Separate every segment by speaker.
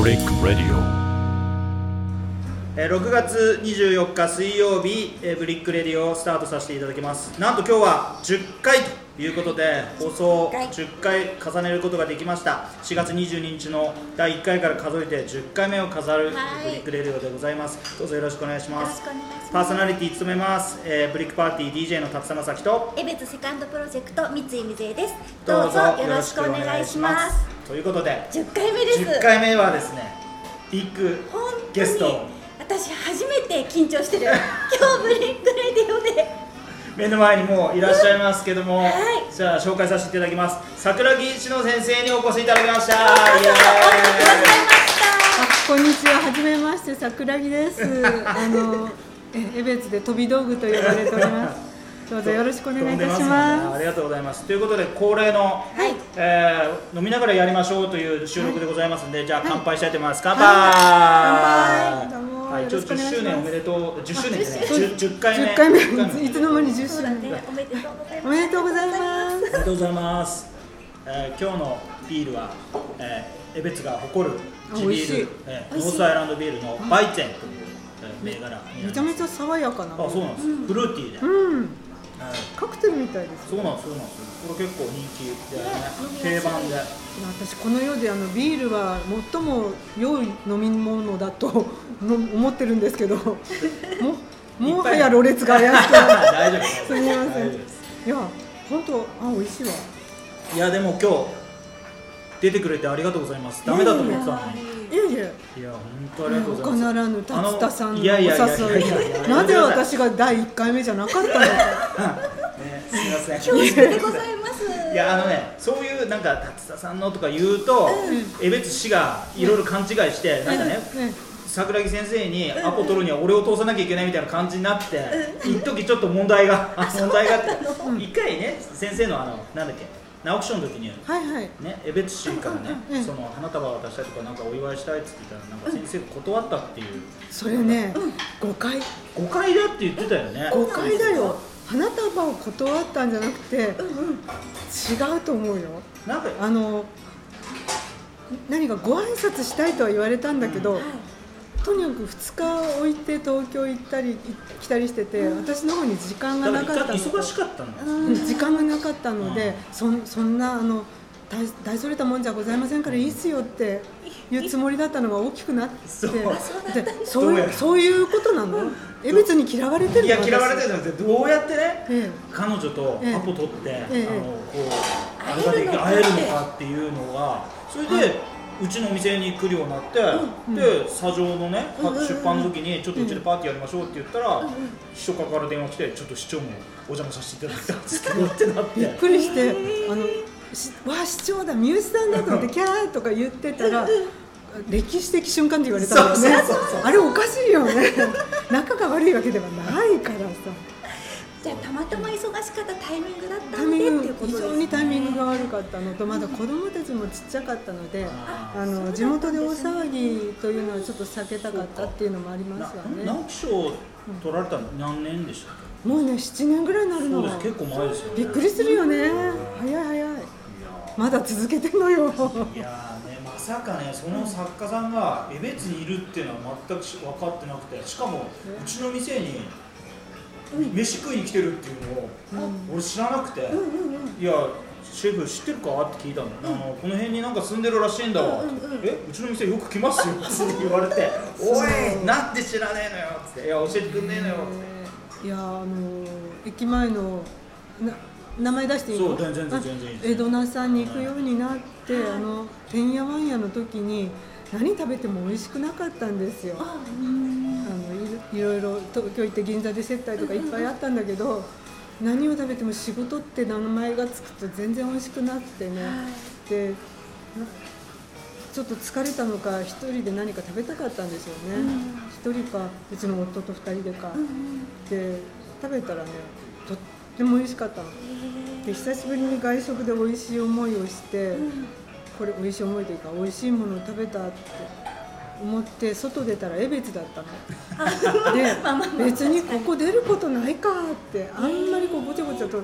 Speaker 1: Break Radio.
Speaker 2: えー6月24日水曜日、えーブリックレディオをスタートさせていただきますなんと今日は10回ということで放送10回重ねることができました4月22日の第1回から数えて10回目を飾る
Speaker 3: は
Speaker 2: ブ
Speaker 3: い
Speaker 2: リックレディオでございますどうぞよろしくお願いします
Speaker 3: よろしくお願いします
Speaker 2: パーソナリティ務めます、えーブリックパーティー DJ の辰田正樹と
Speaker 3: エベツセカンドプロジェクト三井瑞恵ですどうぞよろしくお願いします
Speaker 2: ということで
Speaker 3: 10回目です
Speaker 2: 10回目はですねビッグ
Speaker 3: 本当に
Speaker 2: ゲスト
Speaker 3: 私初めて緊張してる今日ブリックレディオで
Speaker 2: 目の前にもういらっしゃいますけども、
Speaker 3: はい
Speaker 2: じゃあ紹介させていただきます桜木一乃先生にお越しいただきましたイエ
Speaker 4: あこんにちは、はじめまして、桜木です。あの、え、江別で飛び道具と呼ばれております。どうぞよろしくお
Speaker 2: ーイ
Speaker 4: 願いいた
Speaker 2: 飛んで
Speaker 4: し
Speaker 2: ますね
Speaker 4: ま
Speaker 2: あ
Speaker 4: す。
Speaker 2: りがとうございますということで恒例の、
Speaker 3: はい
Speaker 2: えー飲みながらやりましょうという収録でございますので、じゃあ乾杯したいと思います、
Speaker 4: はい
Speaker 2: 乾杯
Speaker 4: 乾杯どうも
Speaker 2: はい、一応
Speaker 4: よろしくお
Speaker 2: 10
Speaker 4: 願いしま
Speaker 2: 周
Speaker 4: す
Speaker 2: 年おめでとう10周年ですね
Speaker 4: そう
Speaker 2: 10, 10回目
Speaker 4: 10回目、
Speaker 2: 10
Speaker 4: いつの間に10
Speaker 3: そう
Speaker 4: 周
Speaker 3: だ
Speaker 4: 年。
Speaker 3: ねおめでとうございます
Speaker 4: おめでとうございます。
Speaker 2: おめでとうございます、えー今日のビールは、えー、エベツが誇る地ビ
Speaker 4: 美味し
Speaker 2: ー
Speaker 4: い
Speaker 2: ル、えー
Speaker 3: 美
Speaker 2: ノー
Speaker 3: 味しい
Speaker 2: スアイランドビールのバイチェンという、えー銘柄になります
Speaker 4: めちゃめちゃ爽やかな。
Speaker 2: あそうなんです、フルーティーで、はい
Speaker 4: うん、カクテルみたいです。
Speaker 2: そうなんですそうなんですこれ結構人気でね
Speaker 3: ね
Speaker 2: 定番で
Speaker 4: 私この世であのビールは最も良い飲み物だと の思ってるんですけど、ももはやろれつが怪しくなる。
Speaker 2: 大丈夫です
Speaker 4: すみませ
Speaker 2: 大
Speaker 4: ん。
Speaker 2: 丈夫です
Speaker 4: いや、本当あ美味しいわ。
Speaker 2: いやでも今日出てくれてありがとうございますダメだと思ってたのに
Speaker 4: いえいえ。
Speaker 2: いや本当ありがとうござい
Speaker 4: 他
Speaker 2: ます
Speaker 4: ならぬ達田さんのお
Speaker 2: いやいやいや
Speaker 4: 誘
Speaker 2: いやいやいや
Speaker 4: いな ぜ私が第1回目じゃなかったのか
Speaker 2: ねすみま せん
Speaker 3: 恐縮でございます
Speaker 2: いやあのねそういうなんか達田さんのとか言うと江別氏がいろいろ勘違いしてなんかね
Speaker 4: ね
Speaker 2: 桜木先生にアポ取るには俺を通さなきゃいけないみたいな感じになって一時ちょっと問題 があ問題があって一回ね先生のあのなんだっけ直木賞の時に
Speaker 4: はいはい
Speaker 2: ね、江別市からね、
Speaker 4: うんうんうん
Speaker 2: その花束を渡したいとかなんかお祝いしたいって言ってたらなんか先生が断ったっていう
Speaker 4: それね5回
Speaker 2: 誤解だって言ってたよね
Speaker 4: 5回だよ花束を断ったんじゃなくて違うと思うよ
Speaker 2: なんか
Speaker 4: あの何かご挨拶したいとは言われたんだけど、とにかく2日置いて東京行ったり来たりしてて、私の方に時間が
Speaker 2: だ
Speaker 4: なか
Speaker 2: か
Speaker 4: っ
Speaker 2: ら
Speaker 4: たの
Speaker 2: 忙しかったんだよ
Speaker 4: うん時間がなかったので、
Speaker 2: うん
Speaker 4: そんそんなあの大大それたもんじゃございませんからいいっすよっていうつもりだったのが大きくなって
Speaker 2: そう
Speaker 4: でそういうそういうことなのえ別に嫌われてる
Speaker 2: いや嫌われてる
Speaker 4: る
Speaker 2: じゃなくてどうやってね、
Speaker 4: え
Speaker 2: 彼女とアポ取って、
Speaker 4: え
Speaker 2: あのこうあれができる会え
Speaker 3: 会え
Speaker 2: る
Speaker 3: る
Speaker 2: の
Speaker 3: のか
Speaker 2: かっていうのがそれで、うちのお店に来るようになって、で砂上のね
Speaker 3: うんうんうん
Speaker 2: 出版の時にちょっとうちでパーティーやりましょうって言ったら、秘書課から電話来てちょっと市長もお邪魔させていただいたんですけどってなっ
Speaker 4: びってくりして、あのしわあ市長だ三好さんだと思ってキャーとか言ってたら歴史的瞬間って言われたんだよね
Speaker 2: そうそうそうそう
Speaker 4: あれおかしいよね仲が悪いわけではないからさ
Speaker 3: じゃあたまたま忙しかったタイミングだった
Speaker 4: タイ
Speaker 3: の
Speaker 4: ミ
Speaker 3: で
Speaker 4: ン
Speaker 3: っていう
Speaker 4: グ
Speaker 3: こと
Speaker 4: 非
Speaker 3: ですね
Speaker 4: 常にタイミングが悪かったのとまだ子供たちもちっちゃかったので。
Speaker 2: あ
Speaker 4: あの地元で大騒ぎというのはちょっと避けたかったっていうのもあり
Speaker 2: ー
Speaker 4: ま
Speaker 2: な
Speaker 4: すわね
Speaker 2: 直木賞取られたの何年でしたっ
Speaker 4: もうね7年ぐらいにな
Speaker 2: け
Speaker 4: る
Speaker 2: そう
Speaker 4: の
Speaker 2: です結構前ですよね
Speaker 4: びっくりするよね早い早いまだ続けてんのよ
Speaker 2: いやーね、まさかね、その作家さんが江別にいるっていうのは全くし分かってなくて、しかもうちの店に飯食いに来てるっていうのを、俺知らなくて、いや、シェフ知ってるかって聞いたの、あのこの辺になんか住んでるらしいんだわ、ってえうちの店よく来ますよって言われて、おい、なんで知らねえのよっつって、いや、教えてくんねえのよっ
Speaker 4: いやあの駅前のな名前出していいの
Speaker 2: そう全然全然全然
Speaker 4: あ江戸那さんに行くようになって、あのてんやわんやの時に何食べても美味しくなかったんですよあのいいろいろ東京行って銀座で接待とかいっぱいあったんだけど、何を食べても仕事って名前がつくと全然美味しくなくてね、でなちょっと疲れたのか一人で何か食べたかったんでしょうね一、人かうちの夫と二人でか、で食べたらねとっても美味しかったので久しぶりに外食で美味しい思いをして、これ美味しい思いというか美味しいものを食べたって思って外出たら江別だったので別にここ出ることないかってあんまりこうごちゃごちゃと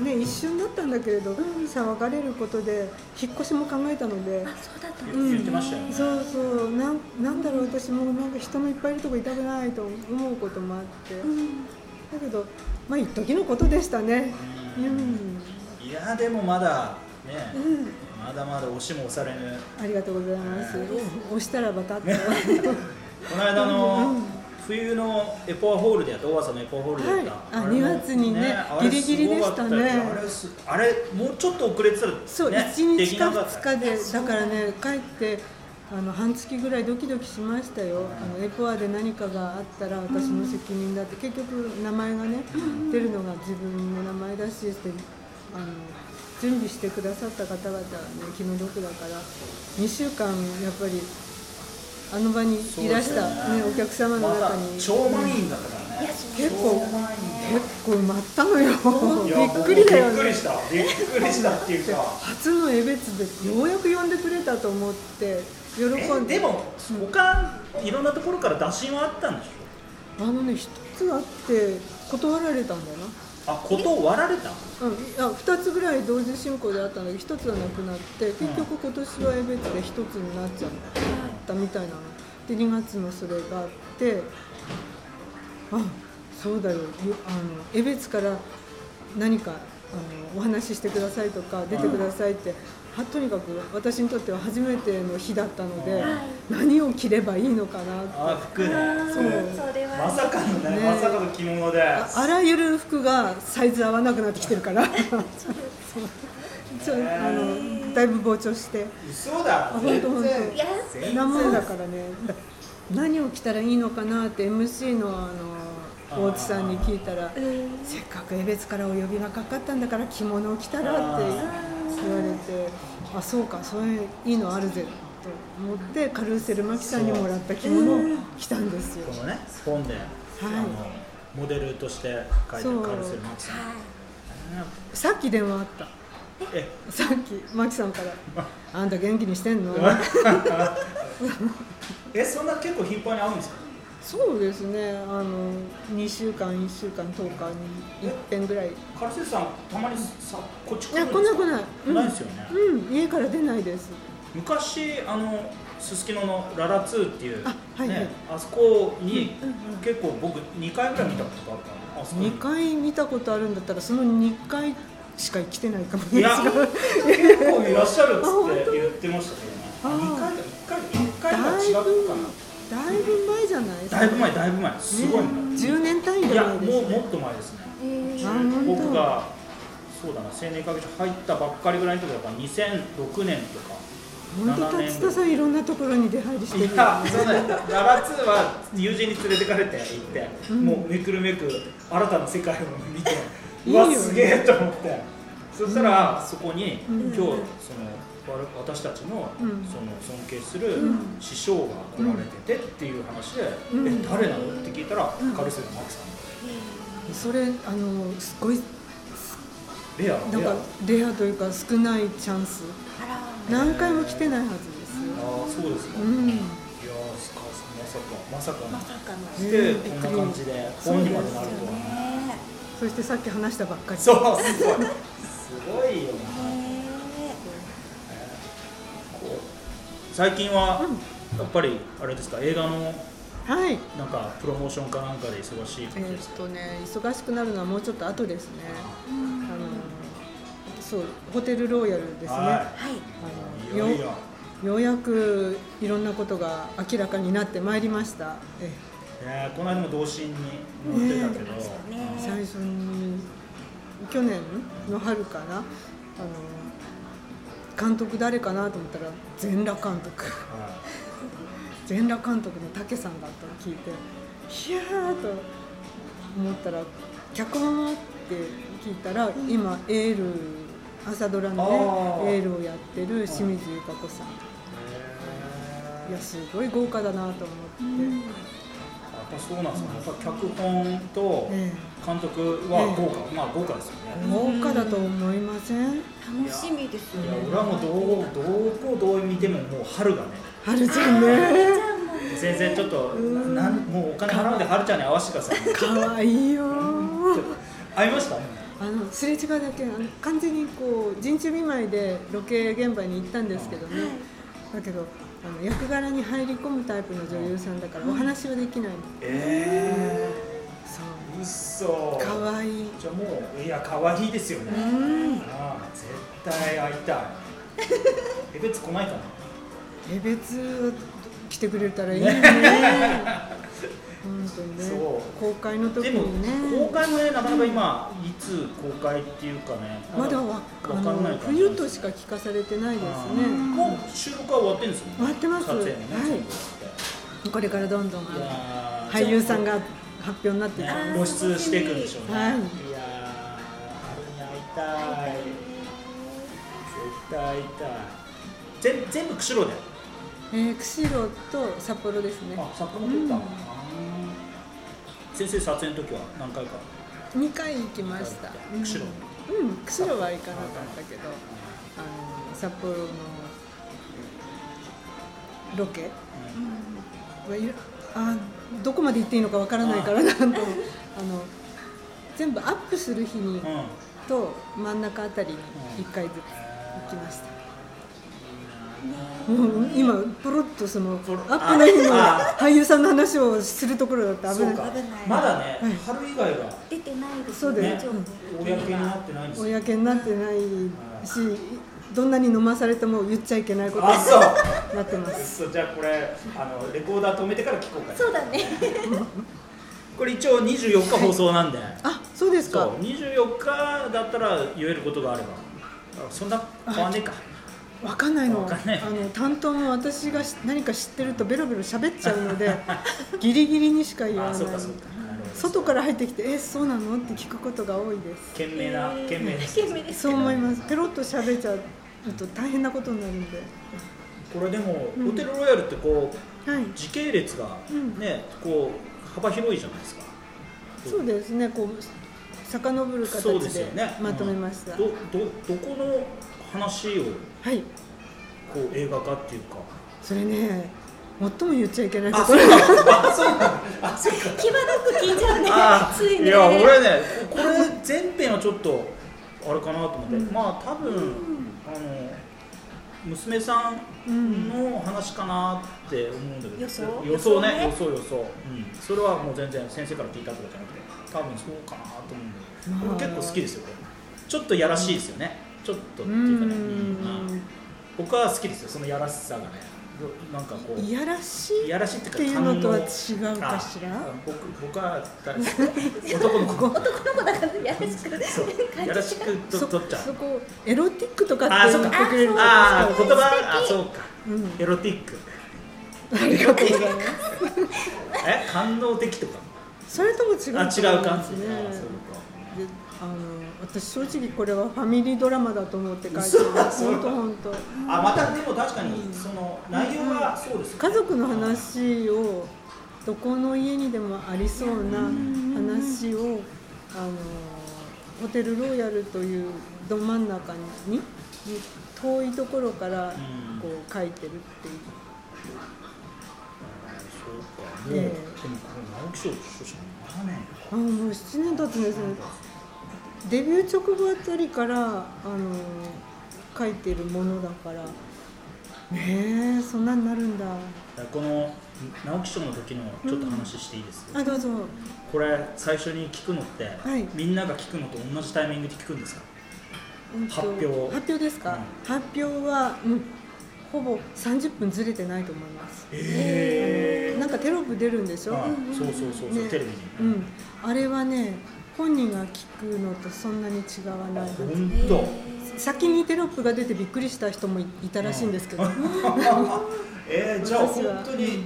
Speaker 4: ね、一瞬だったんだけれど、
Speaker 3: ん
Speaker 4: 騒がれることで引っ越しも考えたので
Speaker 3: あ、そうだったんです
Speaker 4: うん
Speaker 2: 言ってましたよね、
Speaker 4: そうそうなんなんだろう私もなんか人のいっぱいいるとこいたくないと思うこともあって、
Speaker 3: う
Speaker 4: だ
Speaker 3: ん
Speaker 4: けどまあ一時のことでしたねう
Speaker 2: うん
Speaker 4: ん、
Speaker 2: いやでもまだね、
Speaker 4: うん、
Speaker 2: まだまだ押しも押されぬ
Speaker 4: ありがとうございます
Speaker 2: ね
Speaker 4: 押したらバタッと、
Speaker 2: ねこの間の、
Speaker 4: うん
Speaker 2: 冬のエポアホールでやった大和さんのエポアホールでやった、
Speaker 4: はいあ
Speaker 2: れも
Speaker 4: 2月にね
Speaker 2: あれ
Speaker 4: ギリギリでした
Speaker 2: す
Speaker 4: ね
Speaker 2: ごかったよあれすあれもうちょっと遅れてたら、ね、
Speaker 4: そう、1
Speaker 2: で
Speaker 4: 日
Speaker 2: き
Speaker 4: か
Speaker 2: なった
Speaker 4: 2日でだからね帰ってあの半月ぐらいドキドキしましたよあのエポアで何かがあったら私の責任だって、結局名前がね、出るのが自分の名前だしってあの準備してくださった方々はね気の毒だから2週間やっぱりあの場にいらした、ねお客様の中に、
Speaker 2: また超満員だからね、
Speaker 4: 結
Speaker 2: 超
Speaker 4: 構
Speaker 2: 満員
Speaker 4: 結構待ったのよ
Speaker 2: で
Speaker 4: びっくりだよ
Speaker 2: いや僕もびっく
Speaker 4: ね
Speaker 2: りしたびっくりしたっていうか
Speaker 4: 初の江別でようやく呼んでくれたと思って喜ん
Speaker 2: え
Speaker 4: で
Speaker 2: でも他いろんなところから打診はあったんでしょ
Speaker 4: あのね一つあって断られたんだな
Speaker 2: あ断られた
Speaker 4: うん、あ2つぐらい同時進行であったんだけど1つはなくなって結局今年は江別で1つになっちゃったみたいなので2月のそれがあってあそうだよゆあの江別から何かあのお話ししてくださいとか出てくださいって、はとにかく私にとっては初めての日だったので、
Speaker 2: はい
Speaker 4: 何を着ればいいのかなって
Speaker 2: あ服ね
Speaker 3: あー
Speaker 2: それ
Speaker 3: それは
Speaker 2: まさかのね
Speaker 4: ね
Speaker 2: まさかの着物で
Speaker 4: ああらゆる服がサイズ合わなくなってきてるから ちょあのだいぶ膨張して
Speaker 2: 嘘だ
Speaker 4: あ
Speaker 2: 全
Speaker 4: ほんとほんと
Speaker 2: 然
Speaker 3: いや
Speaker 2: 全然
Speaker 4: 名前だからね何を着たらいいのかなって MC のあの大津さんに聞いたら
Speaker 3: うん
Speaker 4: せっかく江別からお呼びがかかったんだから着物を着たらって言われてあそうかそういういいのあるぜと思ってカルーセルマキさんにもらった着物を着たんですよ
Speaker 2: こ。のね本で、あのモデルとして書いて
Speaker 4: そ
Speaker 2: る
Speaker 4: う
Speaker 2: カルセルマキさん
Speaker 3: はい
Speaker 4: さっき電話あった
Speaker 2: え
Speaker 4: さっきマキさんから「あんた元気にして んの?」
Speaker 2: えそんな結構頻繁に会うんですか
Speaker 4: そうですねあの2週間1週間10日に一遍ぐらいい
Speaker 2: カルセルさんたまにさこっち来る
Speaker 4: や
Speaker 2: ん
Speaker 4: 来なく
Speaker 2: い
Speaker 4: ない、うん、
Speaker 2: ないですよね、
Speaker 4: うん家から出ないです
Speaker 2: 昔あのすすきののララ2っていう
Speaker 4: あはいはい
Speaker 2: ね、あそこに、結構僕2回ぐらい見たことあるかなあそこに
Speaker 4: 2回見たことあるんだったらその2回しか来てないかも
Speaker 2: い
Speaker 4: ね
Speaker 2: や結構いらっしゃるっつって言ってましたけどね
Speaker 4: あ
Speaker 2: 2
Speaker 4: 本当
Speaker 2: 回か1回1回
Speaker 4: だい
Speaker 2: か違うか
Speaker 4: ぶだいぶ前じゃない
Speaker 2: なだいぶ前だいぶ前すごいね
Speaker 4: 10年単位
Speaker 2: い
Speaker 4: じ
Speaker 2: や
Speaker 4: ゃないで
Speaker 2: もう
Speaker 4: す
Speaker 2: も
Speaker 4: か
Speaker 2: っと前ですね
Speaker 3: えー
Speaker 4: あ本当
Speaker 2: 僕がそうだな青年歌劇場入ったばっかりぐらいの時だから2006年とか
Speaker 4: 本当達田さんいろんなところに出入りして
Speaker 2: い
Speaker 4: るよね
Speaker 2: やそうだよ7つは友人に連れてかれて行って、
Speaker 4: うん
Speaker 2: もうめくるめく新たな世界を見て
Speaker 4: いういよ
Speaker 2: わ
Speaker 4: ね
Speaker 2: すげえと思ってそしたらそこに、
Speaker 4: うん
Speaker 2: 今日その我私たちの,、
Speaker 4: うん
Speaker 2: その尊敬する
Speaker 4: うん
Speaker 2: 師匠が来られててっていう話で、
Speaker 4: うん
Speaker 2: え誰なのって聞いたら、
Speaker 4: ん
Speaker 2: カルセルのマキさん
Speaker 4: それあのすごい
Speaker 2: レア
Speaker 4: なん
Speaker 2: レア
Speaker 4: かレアというか少ないチャンス
Speaker 3: あら
Speaker 4: 何回も来てないはずですよ
Speaker 2: ああそうですか、
Speaker 4: う
Speaker 2: いや
Speaker 4: ん
Speaker 2: ーすかまさかまさか
Speaker 3: まさかの
Speaker 2: し
Speaker 4: う
Speaker 2: て
Speaker 4: んび
Speaker 2: こん
Speaker 4: っく
Speaker 2: な
Speaker 4: り
Speaker 2: 感じで
Speaker 4: そう
Speaker 2: 本
Speaker 4: です
Speaker 2: に
Speaker 4: よね
Speaker 2: までなるとはね
Speaker 3: ね
Speaker 4: そしてさっき話したばっかり
Speaker 2: そうすごいすごいよ
Speaker 3: え
Speaker 2: な
Speaker 3: ー
Speaker 2: こう最近は
Speaker 4: う
Speaker 2: やっぱりあれですか映画の
Speaker 4: はい
Speaker 2: なんかプロモーションかなんかで忙しい
Speaker 4: え
Speaker 2: 感じ
Speaker 4: ー
Speaker 2: です
Speaker 4: っ
Speaker 2: か、
Speaker 4: とね忙しくなるのはもうちょっと後ですねあのそうホテルロイヤルですね
Speaker 2: は
Speaker 3: はい
Speaker 2: い
Speaker 4: あの
Speaker 2: いよいよ
Speaker 4: よようやくいろんなことが明らかになってまいりましたえ
Speaker 2: ねこの間も童心に乗ってたけど、
Speaker 3: ねえ
Speaker 4: え最初に去年の春かなあの監督誰かなと思ったら全裸監督
Speaker 2: は
Speaker 4: 全裸監督の武さんだったの聞いてひゃーと思ったら脚本はって聞いたら、今エール朝ドラの
Speaker 2: あー
Speaker 4: ねエールをやってる清水由香子さん
Speaker 2: いへ
Speaker 4: い
Speaker 2: ー
Speaker 4: やすごい豪華だなと思って、
Speaker 2: やっぱそうなんですよねやっぱ脚本と
Speaker 4: え
Speaker 2: 監督は豪華、まあ豪華ですよ
Speaker 4: え
Speaker 2: ね、
Speaker 4: 豪華だと思いません
Speaker 3: 楽しみです
Speaker 2: い
Speaker 3: ね
Speaker 2: や俺はもうどうどこをどう見てももう春がね
Speaker 4: はるちゃんね
Speaker 2: 全然ちょっとなんもうお金払うんで春ちゃんに合わせてください
Speaker 4: かわいいよ
Speaker 2: 会いました
Speaker 4: 会あのすれ違うだけあの完全にこう人中見舞いでロケ現場に行ったんですけどね、だけどあの役柄に入り込むタイプの女優さんだからお話はできないの
Speaker 2: え
Speaker 4: そ
Speaker 2: ー、
Speaker 4: う
Speaker 2: うっそ
Speaker 4: 可愛いい
Speaker 2: じゃあもういや可愛いですよね、
Speaker 4: うん
Speaker 2: ああ絶対会い たいえべつ来ないかな
Speaker 4: え別来てくれたらいいよね本当にね
Speaker 2: そう
Speaker 4: 公開の時
Speaker 2: でも
Speaker 4: にね
Speaker 2: 公開もねなかなか今、いつ公開っていうかね
Speaker 4: まだわあ
Speaker 2: わかんない
Speaker 4: の
Speaker 2: 感じ
Speaker 4: 冬としか聞かされてないですね
Speaker 2: うんもう収録は終わってるんですよね
Speaker 4: 終わってます
Speaker 2: 撮影もね、
Speaker 4: はい
Speaker 2: 全部
Speaker 4: これからどんどんあ
Speaker 2: 終わってい
Speaker 4: の
Speaker 2: やー
Speaker 4: 俳優さんが発表になっていく
Speaker 2: ね
Speaker 4: の
Speaker 3: あー
Speaker 2: 露出していくんでしょうね、
Speaker 4: はい
Speaker 2: いやー会いたい絶対会いたい全全部釧路で
Speaker 4: えー、釧路と札幌ですね
Speaker 2: あ作家も撮った、
Speaker 4: うん
Speaker 2: 先生撮影の時は何回か
Speaker 4: 2回行きましたうん
Speaker 2: 釧路
Speaker 4: うん釧路は行かなかったけどあの札幌のロケはいるあどこまで行っていいのかわからないからなんとあの全部アップする日に
Speaker 2: うん、うん
Speaker 4: と真ん中あたりに1回ずつ行きましたもう今ポロッとそのア
Speaker 2: ポロ
Speaker 4: ップの日の
Speaker 2: あ
Speaker 4: 俳優さんの話をするところだった危
Speaker 2: そ
Speaker 4: な
Speaker 2: う
Speaker 4: い
Speaker 2: か
Speaker 3: 危ない
Speaker 2: まだね、
Speaker 4: はい
Speaker 2: 春以外は
Speaker 3: 出てないです
Speaker 4: そうだよね
Speaker 3: 情報
Speaker 2: 公になってないんですよ
Speaker 4: 公になってないしどんなに飲まされても言っちゃいけないこと
Speaker 2: あそう
Speaker 4: になってます
Speaker 2: そうじゃあこれあのレコーダー止めてから聞こうかな
Speaker 3: そうだね
Speaker 2: これ一応24日放送 なんで、
Speaker 4: あそうです
Speaker 2: そ
Speaker 4: か
Speaker 2: う24日だったら言えることがあればあそんな変わんねえか
Speaker 4: わかんないの
Speaker 2: わかんない
Speaker 4: あの担当の私がし何か知ってるとベロベロ喋っちゃうの でギリギリにしか言わ
Speaker 2: あ
Speaker 4: ない
Speaker 2: そうかそうかなるほど
Speaker 4: 外から入ってきて「えそうなの?」って聞くことが多いで
Speaker 2: 懸命な
Speaker 3: えー
Speaker 2: 懸命です
Speaker 3: 懸命です
Speaker 4: すそう思いますペロッと喋っちゃうと大変なことになるんで
Speaker 2: これでも、
Speaker 4: うん
Speaker 2: ホテルロイヤルってこ
Speaker 4: はい
Speaker 2: 時系列が
Speaker 4: うん
Speaker 2: ね、こう幅広いじゃないですか
Speaker 4: そうですねこう遡る
Speaker 2: そうで
Speaker 4: 形
Speaker 2: すよ
Speaker 4: で
Speaker 2: ね
Speaker 4: まとめました、
Speaker 2: うんどどどこの話を
Speaker 4: はい
Speaker 2: こう映画化っていうか
Speaker 4: それね最も言っちゃいけないと
Speaker 2: あ、
Speaker 4: こ
Speaker 2: そう
Speaker 4: ろ
Speaker 2: なの。あ、そうなの。 あ、そうか。
Speaker 3: 気はどく聞いちゃうね
Speaker 2: あ
Speaker 3: ついね
Speaker 2: いや、俺ね、これ前編はちょっとあれかなと思って、
Speaker 4: うん
Speaker 2: まあ多分、あの娘さ
Speaker 4: うんん
Speaker 2: の話かなって思うんだけど、
Speaker 3: 予想
Speaker 2: 予想ね、
Speaker 3: 予
Speaker 2: 予想予想、うん、それはもう全然先生から聞いたとかじゃなくて、多分そうかなと思うんだけど、
Speaker 4: まあ
Speaker 2: これ結構好きですよ。これちょっとやらしいですよね。ちょっとっ
Speaker 4: う
Speaker 2: ていうかね、うん
Speaker 4: ん
Speaker 2: 僕は好きですよ。そのやらしさがね、なんかこう。
Speaker 4: いやらし
Speaker 2: い
Speaker 4: い
Speaker 2: やらしいって
Speaker 4: っていうのとは違うかしら
Speaker 2: 僕僕は誰ですか男の子
Speaker 3: 男の子だからやらしく感
Speaker 2: そう
Speaker 3: じ
Speaker 2: やらしくと
Speaker 4: そ
Speaker 2: 取っちゃ
Speaker 4: そうこエロティックとか
Speaker 2: あ
Speaker 4: っ
Speaker 2: ー
Speaker 4: て
Speaker 2: そ
Speaker 4: 言
Speaker 2: う
Speaker 4: っ
Speaker 2: か
Speaker 4: てくれる
Speaker 2: ああ
Speaker 4: と
Speaker 2: 言葉あそうか
Speaker 4: うん
Speaker 2: エロティック
Speaker 4: ありがとうございます
Speaker 2: え感動的とか
Speaker 4: それとも違う
Speaker 2: あ違う感じ
Speaker 4: ね
Speaker 2: あーそう
Speaker 4: であの私正直これはファミリードラマだと思って書いて
Speaker 2: 嘘
Speaker 4: る
Speaker 2: そう
Speaker 4: 本当本当
Speaker 2: かあまたでも確かにその内容はそうですよね
Speaker 4: 家族の話をどこの家にでもありそうな話をあのホテルロイヤルというど真ん中に遠いところか
Speaker 2: ん
Speaker 4: らこう書いてるっていう
Speaker 2: そうかもうで
Speaker 4: ええ
Speaker 2: もこの直木賞受賞者7年
Speaker 4: あもう7年経つんですねデビュー直後あたりからあの書いてるものだからねえそんなになるんだ
Speaker 2: だからこの直木賞の時のちょっと話していいですか、
Speaker 4: あどうぞ
Speaker 2: これ最初に聞くのって、
Speaker 4: はい
Speaker 2: みんなが聞くのと同じタイミングで聞くんですか
Speaker 4: うんと
Speaker 2: 発表
Speaker 4: 発表ですか、発表は、うん、ほぼ30分ずれてないと思います
Speaker 2: え
Speaker 4: なんかテロップ出るんでしょ、
Speaker 2: はい、そうそうそうそう、
Speaker 4: ね
Speaker 2: テレビに、
Speaker 4: うんあれはね本人が聞くのとそんなに違わないはず
Speaker 2: 本当、
Speaker 4: 先にテロップが出てびっくりした人もいいたらしいんですけど、
Speaker 2: えー、じゃあ
Speaker 4: 私は
Speaker 2: 本当に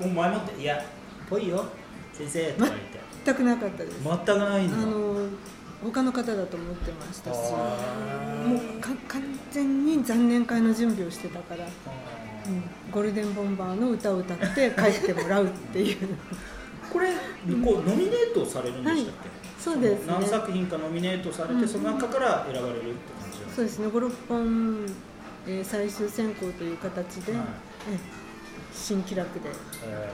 Speaker 2: もう前もっていやぽいよ先生とか言って
Speaker 4: 全くなかったです
Speaker 2: 全くないんだ
Speaker 4: あの他の方だと思ってましたし
Speaker 2: あー
Speaker 4: もうか完全に残念会の準備をしてたから、
Speaker 2: あ
Speaker 4: う
Speaker 2: ー
Speaker 4: んゴールデンボンバーの歌を歌って帰ってもらうっていう
Speaker 2: これこうノミネートされるんでしたっ
Speaker 4: そう
Speaker 2: け、
Speaker 4: ですね
Speaker 2: 何作品かノミネートされて、
Speaker 4: うん
Speaker 2: その中から選ばれるって感じなんです
Speaker 4: そうですね56本、えー最終選考という形で、
Speaker 2: はい
Speaker 4: え新気楽で
Speaker 2: え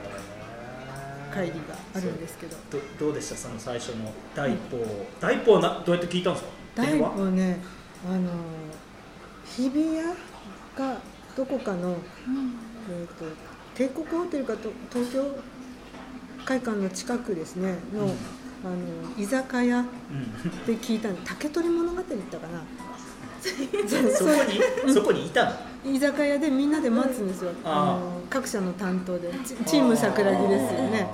Speaker 4: 会議があるんですけど
Speaker 2: どどうでしたその最初の第一報、第一報はなどうやって聞いたんですか
Speaker 4: 第
Speaker 2: 電
Speaker 4: 一
Speaker 2: 話
Speaker 4: 歩ねあの日比谷かどこかの、えー、と帝国ホテルかと東京会館の近くですねの,、
Speaker 2: うん
Speaker 4: あの居酒屋
Speaker 2: うん
Speaker 4: で聞いたの竹取物語だったかな
Speaker 2: そこにそこにいたの
Speaker 4: 居酒屋でみんなで待つんですよ、
Speaker 2: あー
Speaker 4: あの各社の担当でチチーム桜木ですよね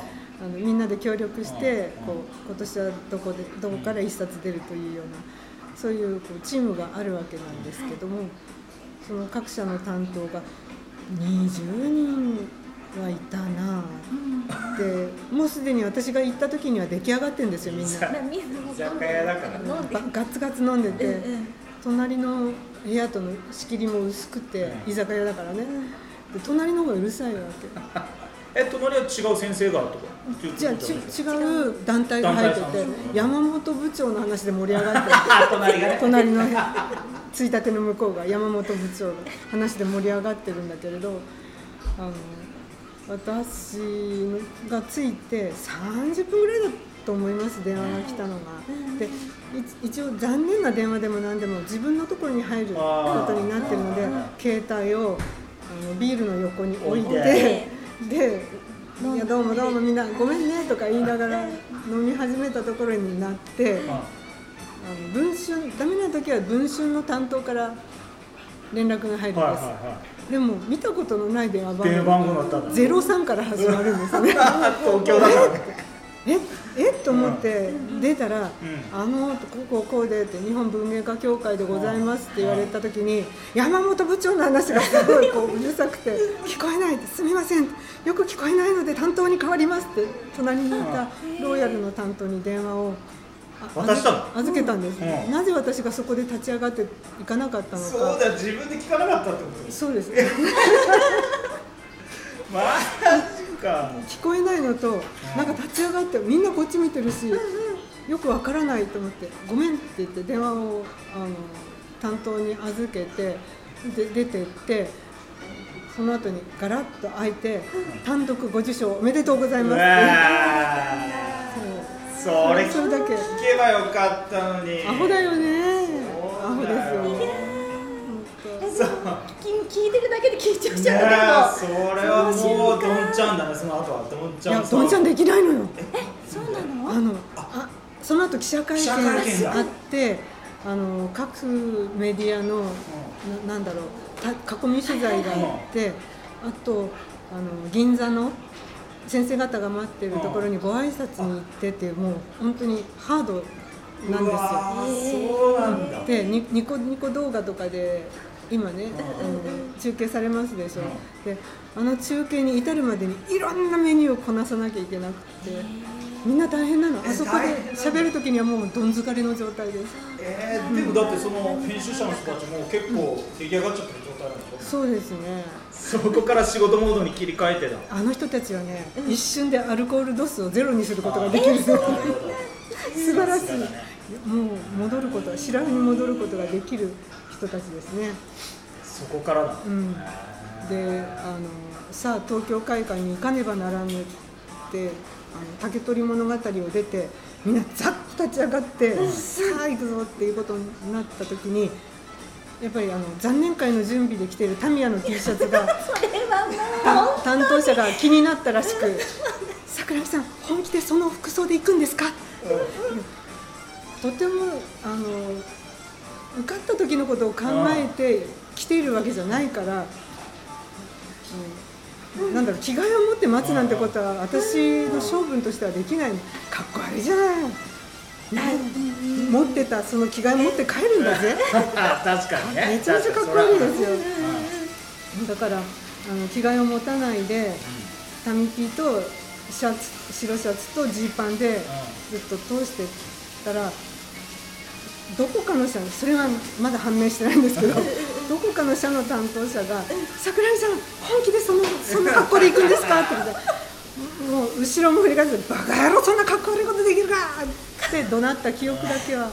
Speaker 4: あのみんなで協力して
Speaker 2: あー
Speaker 4: こう今年はどこでどこから一冊出るというようなそういうこうチームがあるわけなんですけどもその各社の担当が20人はいたなあでもうすでに私が行った時には出来上がってるんですよみんな。
Speaker 2: 居酒屋だから
Speaker 3: 飲んで
Speaker 4: ばガツガツ飲んでて、
Speaker 3: うんうん
Speaker 4: 隣の部屋との仕切りも薄くて、
Speaker 2: うん
Speaker 4: 居酒屋だからね、で隣の方がうるさいわけ
Speaker 2: え隣は違う先生がとか
Speaker 4: じゃあち違う団体が入って
Speaker 2: 団体
Speaker 4: て
Speaker 2: さんうん
Speaker 4: 山本部長の話で盛り上がって
Speaker 2: あ 隣が
Speaker 4: て
Speaker 2: ね
Speaker 4: 隣の部屋ついたての向こうが山本部長の話で盛り上がってるんだけれどあの私がついて30分ぐらいだと思います電話が来たのが。でい一応残念な電話でも何でも自分のところに入ることになってるので
Speaker 2: あ
Speaker 4: 携帯をあのビールの横に置い
Speaker 2: 置い
Speaker 4: てで「いやどうもどうもみんなごめんね」とか言いながら飲み始めたところになってあ
Speaker 2: あ
Speaker 4: の文春ダメな時は文春の担当から連絡が入るんです、
Speaker 2: はいはいは
Speaker 4: でも見たことのない電話
Speaker 2: い電話番
Speaker 4: 番
Speaker 2: 号だ
Speaker 4: 号
Speaker 2: ったんだ
Speaker 4: 03から始まるんですね
Speaker 2: 東京だからね
Speaker 4: ええと思って出たら
Speaker 2: ん
Speaker 4: 「あのこうこうこうで」って「日本文芸家協会でございます」って言われた時に山本部長の話がすごいこううるさくて「聞こえない」って「すみませんよく聞こえないので担当に変わります」って隣にいたロイヤルの担当に電話を。あ
Speaker 2: 渡したの
Speaker 4: 預けたんです、
Speaker 2: うん
Speaker 4: なぜ私がそこで立ち上がっていかなかったのか
Speaker 2: そうだ自分で聞かなかったってことです
Speaker 4: そうです
Speaker 2: マジか
Speaker 4: 聞こえないのとなんか立ち上がってみんなこっち見てるしよくわからないと思って「ごめん」って言って電話をあの担当に預けてで出てってその後にガラッと開いて「単独ご受賞おめでとうございうます」
Speaker 2: わ
Speaker 4: そう
Speaker 2: ーそれ
Speaker 4: それだけ
Speaker 2: 聞けばよかったのに
Speaker 4: アホだよね
Speaker 2: そ
Speaker 4: アホ
Speaker 2: う
Speaker 4: で
Speaker 2: だ
Speaker 4: す
Speaker 2: よ
Speaker 4: よ本
Speaker 2: そう
Speaker 3: 聞いてるだけで緊張し
Speaker 2: ね
Speaker 3: ち
Speaker 2: え
Speaker 3: ゃう
Speaker 2: そ
Speaker 3: で
Speaker 2: れ
Speaker 3: も
Speaker 2: はもう
Speaker 3: その瞬
Speaker 2: どんちゃんだねその後はどんち
Speaker 4: 当い
Speaker 2: ゃ
Speaker 4: や
Speaker 2: ん
Speaker 4: どんちゃんできないのよ
Speaker 3: そうなの
Speaker 4: あのあその後記者会見
Speaker 2: 記者会見だ
Speaker 4: があってあの各メディアのななんだろうた囲み取材があってあとあの銀座の先生方が待ってるところにご挨拶に行ってっていうもう本当にハードなん
Speaker 2: う
Speaker 4: ですよ。
Speaker 2: わーそうなんだ
Speaker 4: でニニコニコ動画とかで今ね、あの中継されますでしょ、であの中継に至るまでにいろんなメニューをこなさなきゃいけなくてみんな大変なのあそこで
Speaker 2: 大変なんだ
Speaker 4: 喋る時にはもうどん疲れの状態です
Speaker 2: えー、でもだってその編集者の人たちも結構出来上がっちゃってる状態なんです
Speaker 4: そうですね
Speaker 2: よそこから仕事モードに切り替えてだ
Speaker 4: あの人たちはね、一瞬でアルコール度数をゼロにすることができるの、 素晴らしい、
Speaker 2: さすがだね
Speaker 4: もう戻ることは白髪に戻ることができる人たちですね
Speaker 2: そこからだ、
Speaker 4: うん
Speaker 2: へー
Speaker 4: であのさあ東京会館に行かねばならぬってあの竹取物語を出てみんなざっと立ち上がって、さあ行くぞっていうことになった時にやっぱりあの残念会の準備で着てるタミヤの T シャツが
Speaker 3: それはも
Speaker 4: た担当者が気になったらしく「桜木さん本気でその服装で行くんですか?」とてもあの受かった時のことを考えて来ているわけじゃないから、うんなんだろう着替えを持って待つなんてことは私の性分としてはできないかっこ悪いじゃない。持ってたその着替え持って帰るんだぜ
Speaker 2: あ確かにね
Speaker 4: めちゃめちゃかっこ悪いですよ
Speaker 2: う
Speaker 4: だからあの着替えを持たないで民着とシャツ白シャツとジーパンでずっと通してたらどこかの社それはまだ判明してないん ですけどどこかの社の担当者が「桜井さん本気でそのそんな格好で行くんですか?」って言って。もう後ろも振り返って「バカ野郎そんな格好悪いことできるか!」って怒鳴った記憶だけは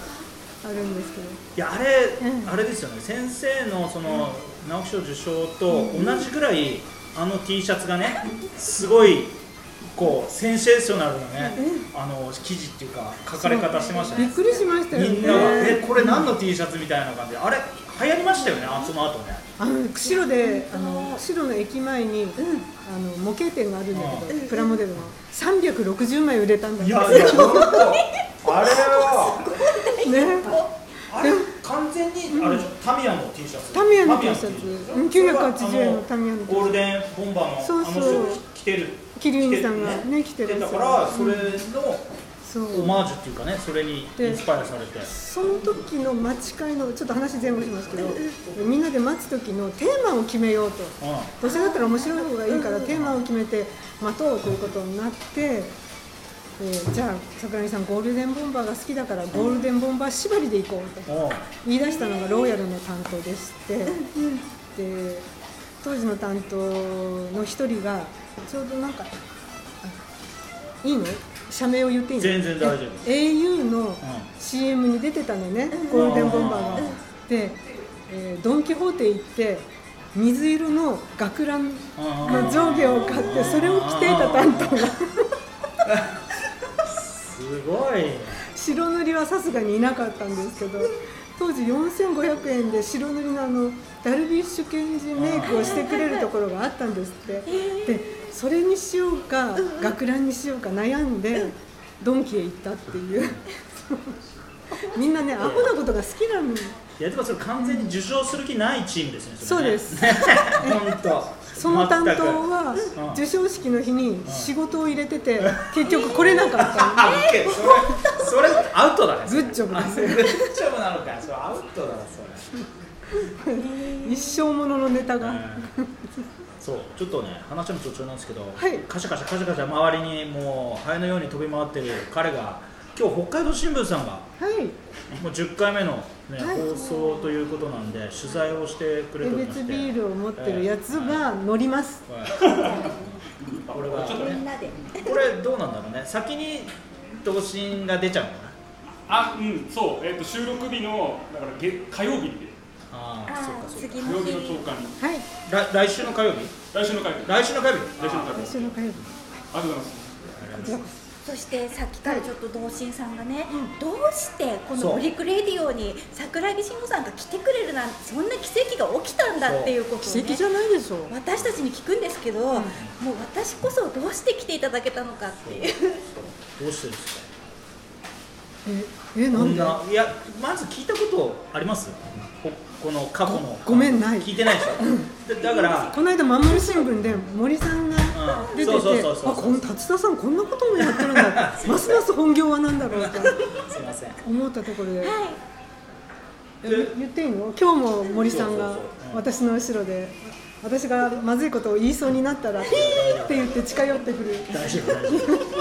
Speaker 4: あるんですけど
Speaker 2: いやあれ、
Speaker 4: うん
Speaker 2: あれですよね先生のその直木賞受賞と同じぐらいあの T シャツがねすごい構センセーショナルなね、あの記事っていうか書かれ方してました
Speaker 4: びっ
Speaker 2: ね
Speaker 4: くりしましたよね
Speaker 2: みんなが「えこれ何の T シャツ?」みたいな感じであれ流行りましたよねあその後ね
Speaker 4: あの釧路であの釧路の駅前に、あの模型店があるんだけど、プラモデルの360枚売れたんだ
Speaker 2: い
Speaker 4: けど
Speaker 2: やいや本当あれは
Speaker 4: ね
Speaker 2: あれ完全にあれでしょタミヤの T シャツ
Speaker 4: タミヤの T シャツ
Speaker 2: タミヤの T
Speaker 4: うん
Speaker 2: そ
Speaker 4: 980円の
Speaker 2: れはあ
Speaker 4: タミヤの T シャツ
Speaker 2: ゴールデンボンバーの
Speaker 4: そうそう
Speaker 2: あの人着てる
Speaker 4: キリンさんがね着てるん
Speaker 2: だ
Speaker 4: です
Speaker 2: か
Speaker 4: よ
Speaker 2: らそれの
Speaker 4: そう
Speaker 2: オマージュっていうかねそれにインスパイアされて
Speaker 4: その時の待ち会のちょっと話前後しますけどみんなで待つ時のテーマを決めようと
Speaker 2: うん
Speaker 4: どうせだったら面白い方がいいからテーマを決めて待とうということになって、えーじゃあ桜木さんゴールデンボンバーが好きだからゴールデンボンバー縛りで行こうと
Speaker 2: うん
Speaker 4: 言い出したのがローヤルの担当でして、で当時の担当の一人がちょうどなんかあいいの社名を言っていいの
Speaker 2: 全然大丈夫
Speaker 4: え au の CM に出てたのね、ゴールデンボンバー
Speaker 2: う
Speaker 4: が。
Speaker 2: ん
Speaker 4: で、えードン・キホーテ行って水色の学ランの上下を買ってそれを着ていた担当が
Speaker 2: すごいね
Speaker 4: 白塗りはさすがにいなかったんですけど当時4500円で白塗りのあのダルビッシュ賢治メイクをしてくれるところがあったんですってでそれにしようか学ランにしようか悩んでドンキへ行ったっていうみんなねアホなことが好きなの
Speaker 2: いやでもそれ完全に受賞する気ないチームですね
Speaker 4: そうです
Speaker 2: 本当
Speaker 4: その担当は
Speaker 2: うん
Speaker 4: 授賞式の日に仕事を入れてて結局来れなかった の
Speaker 2: あ、オッケーそれそれアウトだね
Speaker 4: グッジョブですよ
Speaker 2: グッジョブなのかそれアウトだなそれ
Speaker 4: 一生もののネタが
Speaker 2: そうちょっとね話の途中なんですけど、
Speaker 4: はい
Speaker 2: カシャカシャカシャカシャ周りにもうハエのように飛び回ってる彼が今日北海道新聞さんが
Speaker 4: はい
Speaker 2: もう10回目の、ね
Speaker 4: はい
Speaker 2: 放送ということなんで取材をしてくれ
Speaker 4: エ
Speaker 2: ており
Speaker 4: ベ
Speaker 2: ま
Speaker 4: ツ
Speaker 2: して
Speaker 4: ビールを持ってるやつが乗ります
Speaker 2: はいこれは
Speaker 3: みんなで
Speaker 2: これどうなんだろうね先に答申が出ちゃうのかな
Speaker 1: あうんそう、えっと収録日のだからげ火曜日に
Speaker 2: ああそう
Speaker 3: あ
Speaker 2: か
Speaker 3: あ
Speaker 2: そうか
Speaker 3: 次
Speaker 1: 火曜
Speaker 3: の
Speaker 1: 日
Speaker 3: 日
Speaker 1: の朝刊に
Speaker 4: はい
Speaker 2: 来来週の火曜日
Speaker 1: 来週の会来
Speaker 2: 来週の火曜日
Speaker 1: 週の会ありがとう
Speaker 4: 一緒の会
Speaker 1: ございます
Speaker 3: そしてさっきからちょっと童心さんがね、どうしてこ
Speaker 2: そ
Speaker 3: の
Speaker 2: う
Speaker 3: ブリックレディオに桜木慎吾さんが来てくれるなんてそんな奇跡が起きたんだっていうことを、
Speaker 4: 奇
Speaker 3: ね、
Speaker 4: 跡じゃないでしょう
Speaker 3: 私たちに聞くんですけど、もう私こそどうして来ていただけたのかっていう
Speaker 2: どうしてですか
Speaker 4: ええな
Speaker 2: こ
Speaker 4: ん
Speaker 2: ん
Speaker 4: で
Speaker 2: ないやまず聞いたことありますここの過去の
Speaker 4: ごごめんない
Speaker 2: 聞いてないでしょだだから
Speaker 4: この間守る新聞で森さんが
Speaker 2: うん
Speaker 4: 出て
Speaker 2: そ
Speaker 4: て、
Speaker 2: うそうそうそう
Speaker 4: あこの達田さんこんなこともやってる んだってますます本業は何だろうと
Speaker 2: すいません
Speaker 4: 思ったところで
Speaker 3: はい
Speaker 2: で
Speaker 4: 言っていいの今日も森さん
Speaker 2: そう
Speaker 4: が
Speaker 2: そうそううん
Speaker 4: 私の後ろで私がまずいことを言いそうになったら「ヒー!」って言って近寄ってくる
Speaker 2: 大丈夫大丈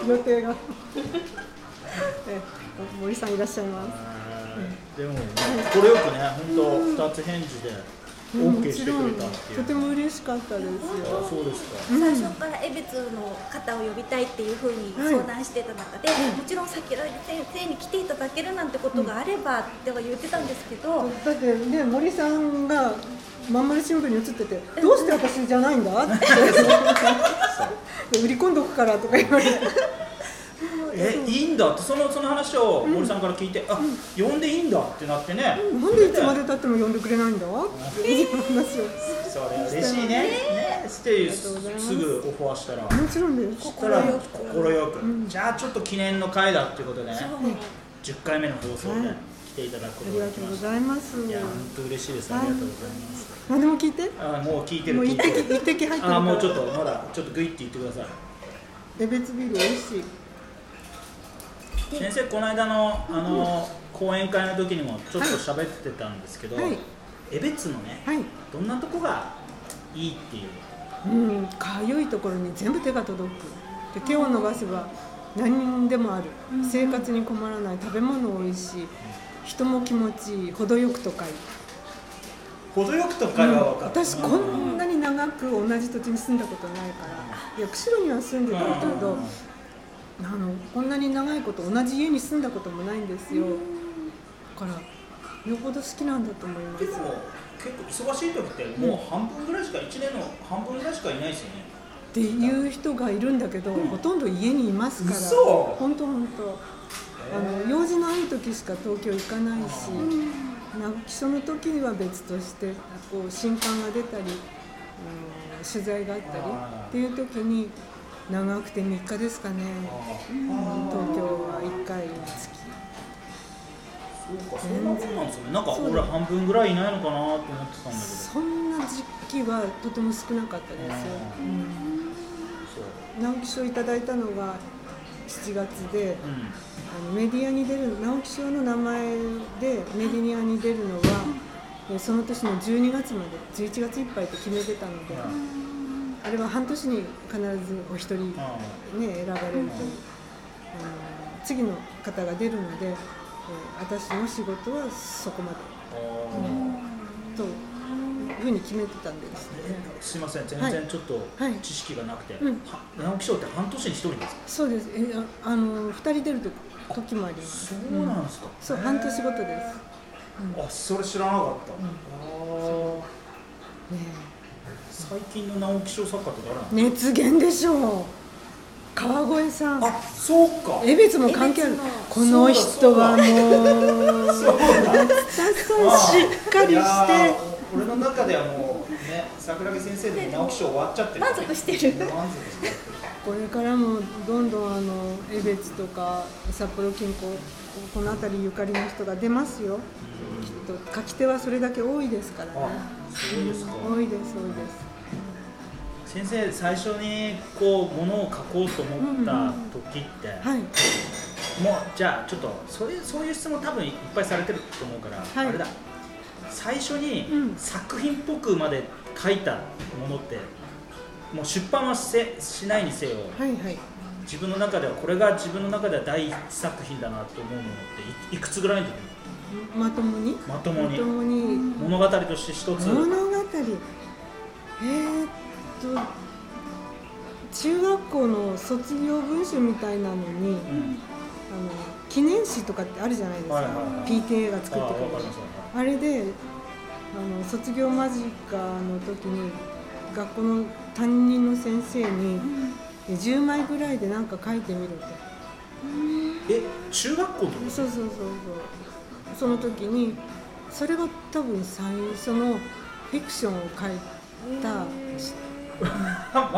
Speaker 2: 夫
Speaker 4: 予定がえ森さんいらっしゃいます
Speaker 2: でもこれよくね本当二つ返事で OK してくれたっていう
Speaker 4: とても嬉しかったですよ
Speaker 2: あそうですか
Speaker 3: 最初から江別の方を呼びたいっていうふうに
Speaker 4: はい
Speaker 3: 相談してた中で、もちろん桜木先生に来ていただけるなんてことがあればっては言ってたんですけど、
Speaker 4: だってね森さんがまんまる新聞に写ってて「どうして私じゃないんだ?」って「で売り込んどくから」とか言われて
Speaker 2: えいいんだってそのその話を森さんから聞いて、あ呼んでいいんだってなってね、
Speaker 4: 「なんでいつまでたっても呼んでくれないんだ?」っていう話を
Speaker 2: それは嬉しいねねしてすぐオファーしたら
Speaker 4: もちろんです
Speaker 2: そしたら快く、じゃあちょっと記念の会だっていうことでね10回目の放送で
Speaker 4: はい
Speaker 2: 来ていただくこ
Speaker 4: あ
Speaker 2: と
Speaker 4: り
Speaker 2: が
Speaker 4: が
Speaker 2: でき
Speaker 4: とう
Speaker 2: ま
Speaker 4: ご
Speaker 2: した、
Speaker 4: ざいます。
Speaker 2: いや本当嬉しいですありがとうございます、
Speaker 4: 何でも聞いて。
Speaker 2: あもう聞いてる
Speaker 4: もう
Speaker 2: 聞
Speaker 4: 一
Speaker 2: いて
Speaker 4: 滴
Speaker 2: る
Speaker 4: 一滴入ってるから。
Speaker 2: あもうちょっとまだちょっとグイって言ってください
Speaker 4: えべつビール美味しい。
Speaker 2: 先生この間のあの講演会の時にもちょっと喋ってたんですけど、
Speaker 4: はい
Speaker 2: エベツのね、
Speaker 4: はい。
Speaker 2: どんなとこがいいっていう
Speaker 4: うん、かゆいところに全部手が届く。で手を伸ばせば何にでもある。生活に困らない。食べ物美味しい。人も気持ちいい。程よく都会。
Speaker 2: 程よくとかが分かった、
Speaker 4: 私こんなに長く同じ土地に住んだことないから。いや釧路には住んでたけど。あのこんなに長いこと同じ家に住んだこともないんですよ。だからよほど好きなんだと思いま。
Speaker 2: ですも結構忙しい時ってもう半分ぐらいしか1年の半分ぐらいしかいないですよね
Speaker 4: っていう人がいるんだけど、ほとんど家にいますから
Speaker 2: 嘘
Speaker 4: 本当本当あの用事のある時しか東京行かないし、なんか基礎の時には別としてこう新刊が出たり、うん取材があ
Speaker 2: あー
Speaker 4: ったりっていう時に長くて3日ですかね東京は1回につき
Speaker 2: そうかそんなもんなんですよねなんか俺半分ぐらいいないのかなと思ってたんだけど
Speaker 4: そんな時期はとても少なかったですよ、うん直木賞いただいたのが7月
Speaker 2: そ
Speaker 4: で、
Speaker 2: ううん
Speaker 4: あのメディアに出る直木賞の名前でメディアに出るのは、えーその年の12月まで11月いっぱいって決めてたので、あれは半年に必ずお一人、ね、選ばれるという、あの次の方が出るので、えー私の仕事はそこまでというふうに決めてたんですね。
Speaker 2: すいません全
Speaker 4: は
Speaker 2: 然ちょっと
Speaker 4: はい
Speaker 2: 知識がなくて、
Speaker 4: うん
Speaker 2: は直木賞って半年に一人ですか
Speaker 4: そうです。えああの二人出ると時もあります。
Speaker 2: そうなんですか、
Speaker 4: そう半年ごとです。ね
Speaker 2: あそれ知らなかった、あー最近の直木賞作家って誰な
Speaker 4: え熱源でしょう。川越さん。
Speaker 2: のあそうか
Speaker 4: 恵比寿も関係ある
Speaker 3: 恵比寿の。
Speaker 4: この人はもう。
Speaker 2: そうだ
Speaker 4: ささんしっかり
Speaker 2: いや
Speaker 4: して
Speaker 2: ー。俺の中ではもうね桜木先生でも直木賞終わっちゃってる
Speaker 3: 満足してる
Speaker 2: 満足してる
Speaker 4: これからもどんどんあの江別とか札幌近郊この辺りゆかりの人が出ますよきっと書き手はそれだけ多いですからね
Speaker 2: あそうですか
Speaker 4: 多いです多いです
Speaker 2: 先生最初にこうものを書こうと思った時って、
Speaker 4: はい
Speaker 2: もうじゃあちょっとそういうそういう質問多分いっぱいされてると思うから、
Speaker 4: はい
Speaker 2: あれだ最初に
Speaker 4: うん
Speaker 2: 作品っぽくまで書いたものってもう出版はせしないにせよ
Speaker 4: はいはい
Speaker 2: 自分の中ではこれが自分の中では第一作品だなと思うものっていいくつぐらいの時
Speaker 4: まともに
Speaker 2: まともに
Speaker 4: に
Speaker 2: 物語として一つ
Speaker 4: 物語えーっと中学校の卒業文集みたいなのに
Speaker 2: うん
Speaker 4: あの記念誌とかってあるじゃないですか、
Speaker 2: はいはいはい
Speaker 4: PTA が
Speaker 2: あ
Speaker 4: 作
Speaker 2: あ
Speaker 4: って
Speaker 2: わかりま
Speaker 4: くれる
Speaker 2: すわか
Speaker 4: あれであの卒業間近の時に学校の担任の先生にえ10枚ぐらいで何か書いてみると
Speaker 2: りますえ中学校の時
Speaker 4: そうそうそうそうその時にそれが多分最初のフィクションを書いた
Speaker 2: あ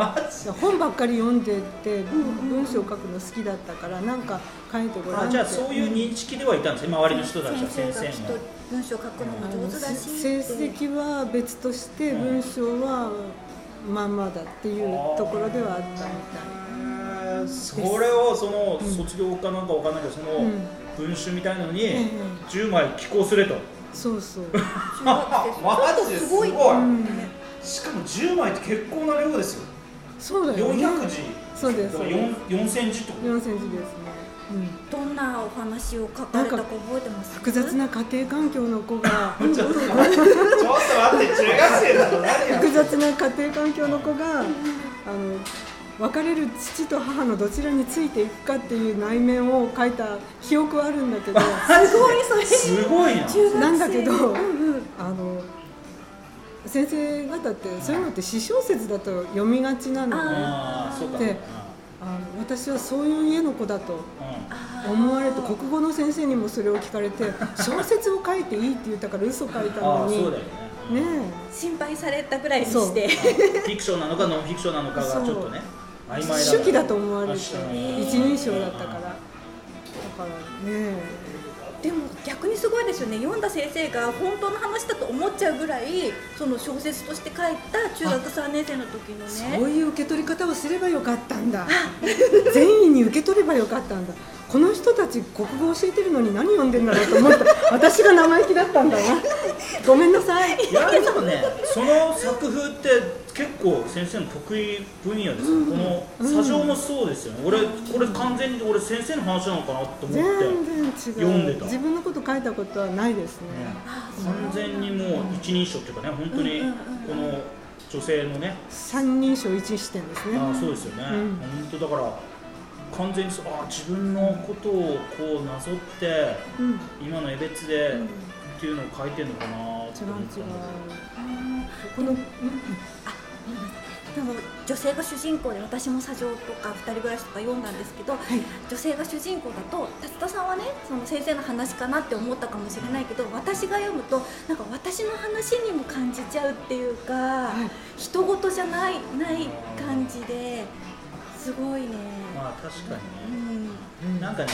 Speaker 2: マ
Speaker 4: 本ばっかり読んでて文章を書くの好きだったから何か書いてごらんっ
Speaker 2: ジ
Speaker 4: て
Speaker 2: あじゃあそういう認識ではいたんですね周りの人たちは先
Speaker 3: 先生
Speaker 2: 生
Speaker 3: が
Speaker 2: も
Speaker 3: きっと文章書くの
Speaker 4: あ
Speaker 3: も
Speaker 4: の
Speaker 3: 上手だしって
Speaker 4: 成績は別として文章はまんまだっていうところではあったみたい
Speaker 2: それをその卒業かなんかわかんないけどその
Speaker 4: うん
Speaker 2: 文集みたいなのに
Speaker 4: え
Speaker 2: 10枚寄稿すると、
Speaker 4: そうそう、
Speaker 3: 中学生
Speaker 2: マ
Speaker 3: ちょっ
Speaker 2: ジで
Speaker 3: と
Speaker 2: す
Speaker 3: す
Speaker 2: ご
Speaker 3: ご
Speaker 2: い
Speaker 3: い
Speaker 4: うん、
Speaker 2: しかも10枚って結構な量ですよ
Speaker 4: そうだよね
Speaker 2: 400字
Speaker 4: そうですそうです
Speaker 2: 4千字ってこと
Speaker 4: 4センチですね、うん、
Speaker 3: どんなお話を書かれたか覚えてます
Speaker 4: 複雑な家庭環境の子が
Speaker 2: ちょっと待ってちょっと待って中学生だと何や
Speaker 4: 複雑な家庭環境の子があの別れる父と母のどちらについていくかっていう内面を書いた記憶はあるんだけど
Speaker 3: すごいそれ
Speaker 2: すごいな
Speaker 3: 中学生
Speaker 4: なんだけど
Speaker 3: うんうん
Speaker 4: あの先生方ってそういうのって私小説だと読みがちなので
Speaker 2: ああそうか
Speaker 4: であの私はそういう家の子だと思われて国語の先生にもそれを聞かれて小説を書いていいって言ったから嘘書いた
Speaker 2: あ
Speaker 4: の
Speaker 2: あ
Speaker 4: に
Speaker 2: そうだ
Speaker 4: ね
Speaker 2: よね
Speaker 4: え
Speaker 3: 心配されたぐらいにして
Speaker 2: フィクションなのかノンフィクションなのかがちょっとね曖昧だ
Speaker 4: 手記だと思われて
Speaker 2: あ
Speaker 4: 一
Speaker 2: 知らない
Speaker 4: 人称だったからだからね
Speaker 3: でも逆にすごいですよね読んだ先生が本当の話だと思っちゃうぐらいその小説として書いた中学3年生の時の
Speaker 4: そ
Speaker 3: ね
Speaker 4: ういう受け取り方をすればよかったんだ善意に受け取ればよかったんだこの人たち国語教えてるのに何読んでんだろうと思った私が生意気だったんだなごめんなさい
Speaker 2: いやでもね、その作風って結構先生の得意分野ですよ、この砂上もそうですよね、俺、これ完全に俺、先生の話なのかなと思って、
Speaker 4: 全然違う
Speaker 2: 読んでた
Speaker 4: 自分のこと書いたことはないですね、
Speaker 2: 完全にもう一人称っていうかね、本当にこの女性のね、
Speaker 4: 三人称一視点ですね
Speaker 2: あーそうですよね、
Speaker 4: うん
Speaker 2: 本当だから、完全にそうあー自分のことをこうなぞって、
Speaker 4: うん違う
Speaker 2: 今の江別でっていうのを書いてるのかなと思ったんだけど
Speaker 4: 違う
Speaker 3: この、うんうんあでも女性が主人公で私も「砂上」とか「二人暮らし」とか読んだんですけど、
Speaker 4: い
Speaker 3: 女性が主人公だと達田さんはねその先生の話かなって思ったかもしれないけど私が読むとなんか私の話にも感じちゃうっていうか、
Speaker 4: い
Speaker 3: 人事じゃないない感じですごいね。
Speaker 2: まあ確か
Speaker 3: う
Speaker 2: にね、
Speaker 3: ん
Speaker 2: なんかね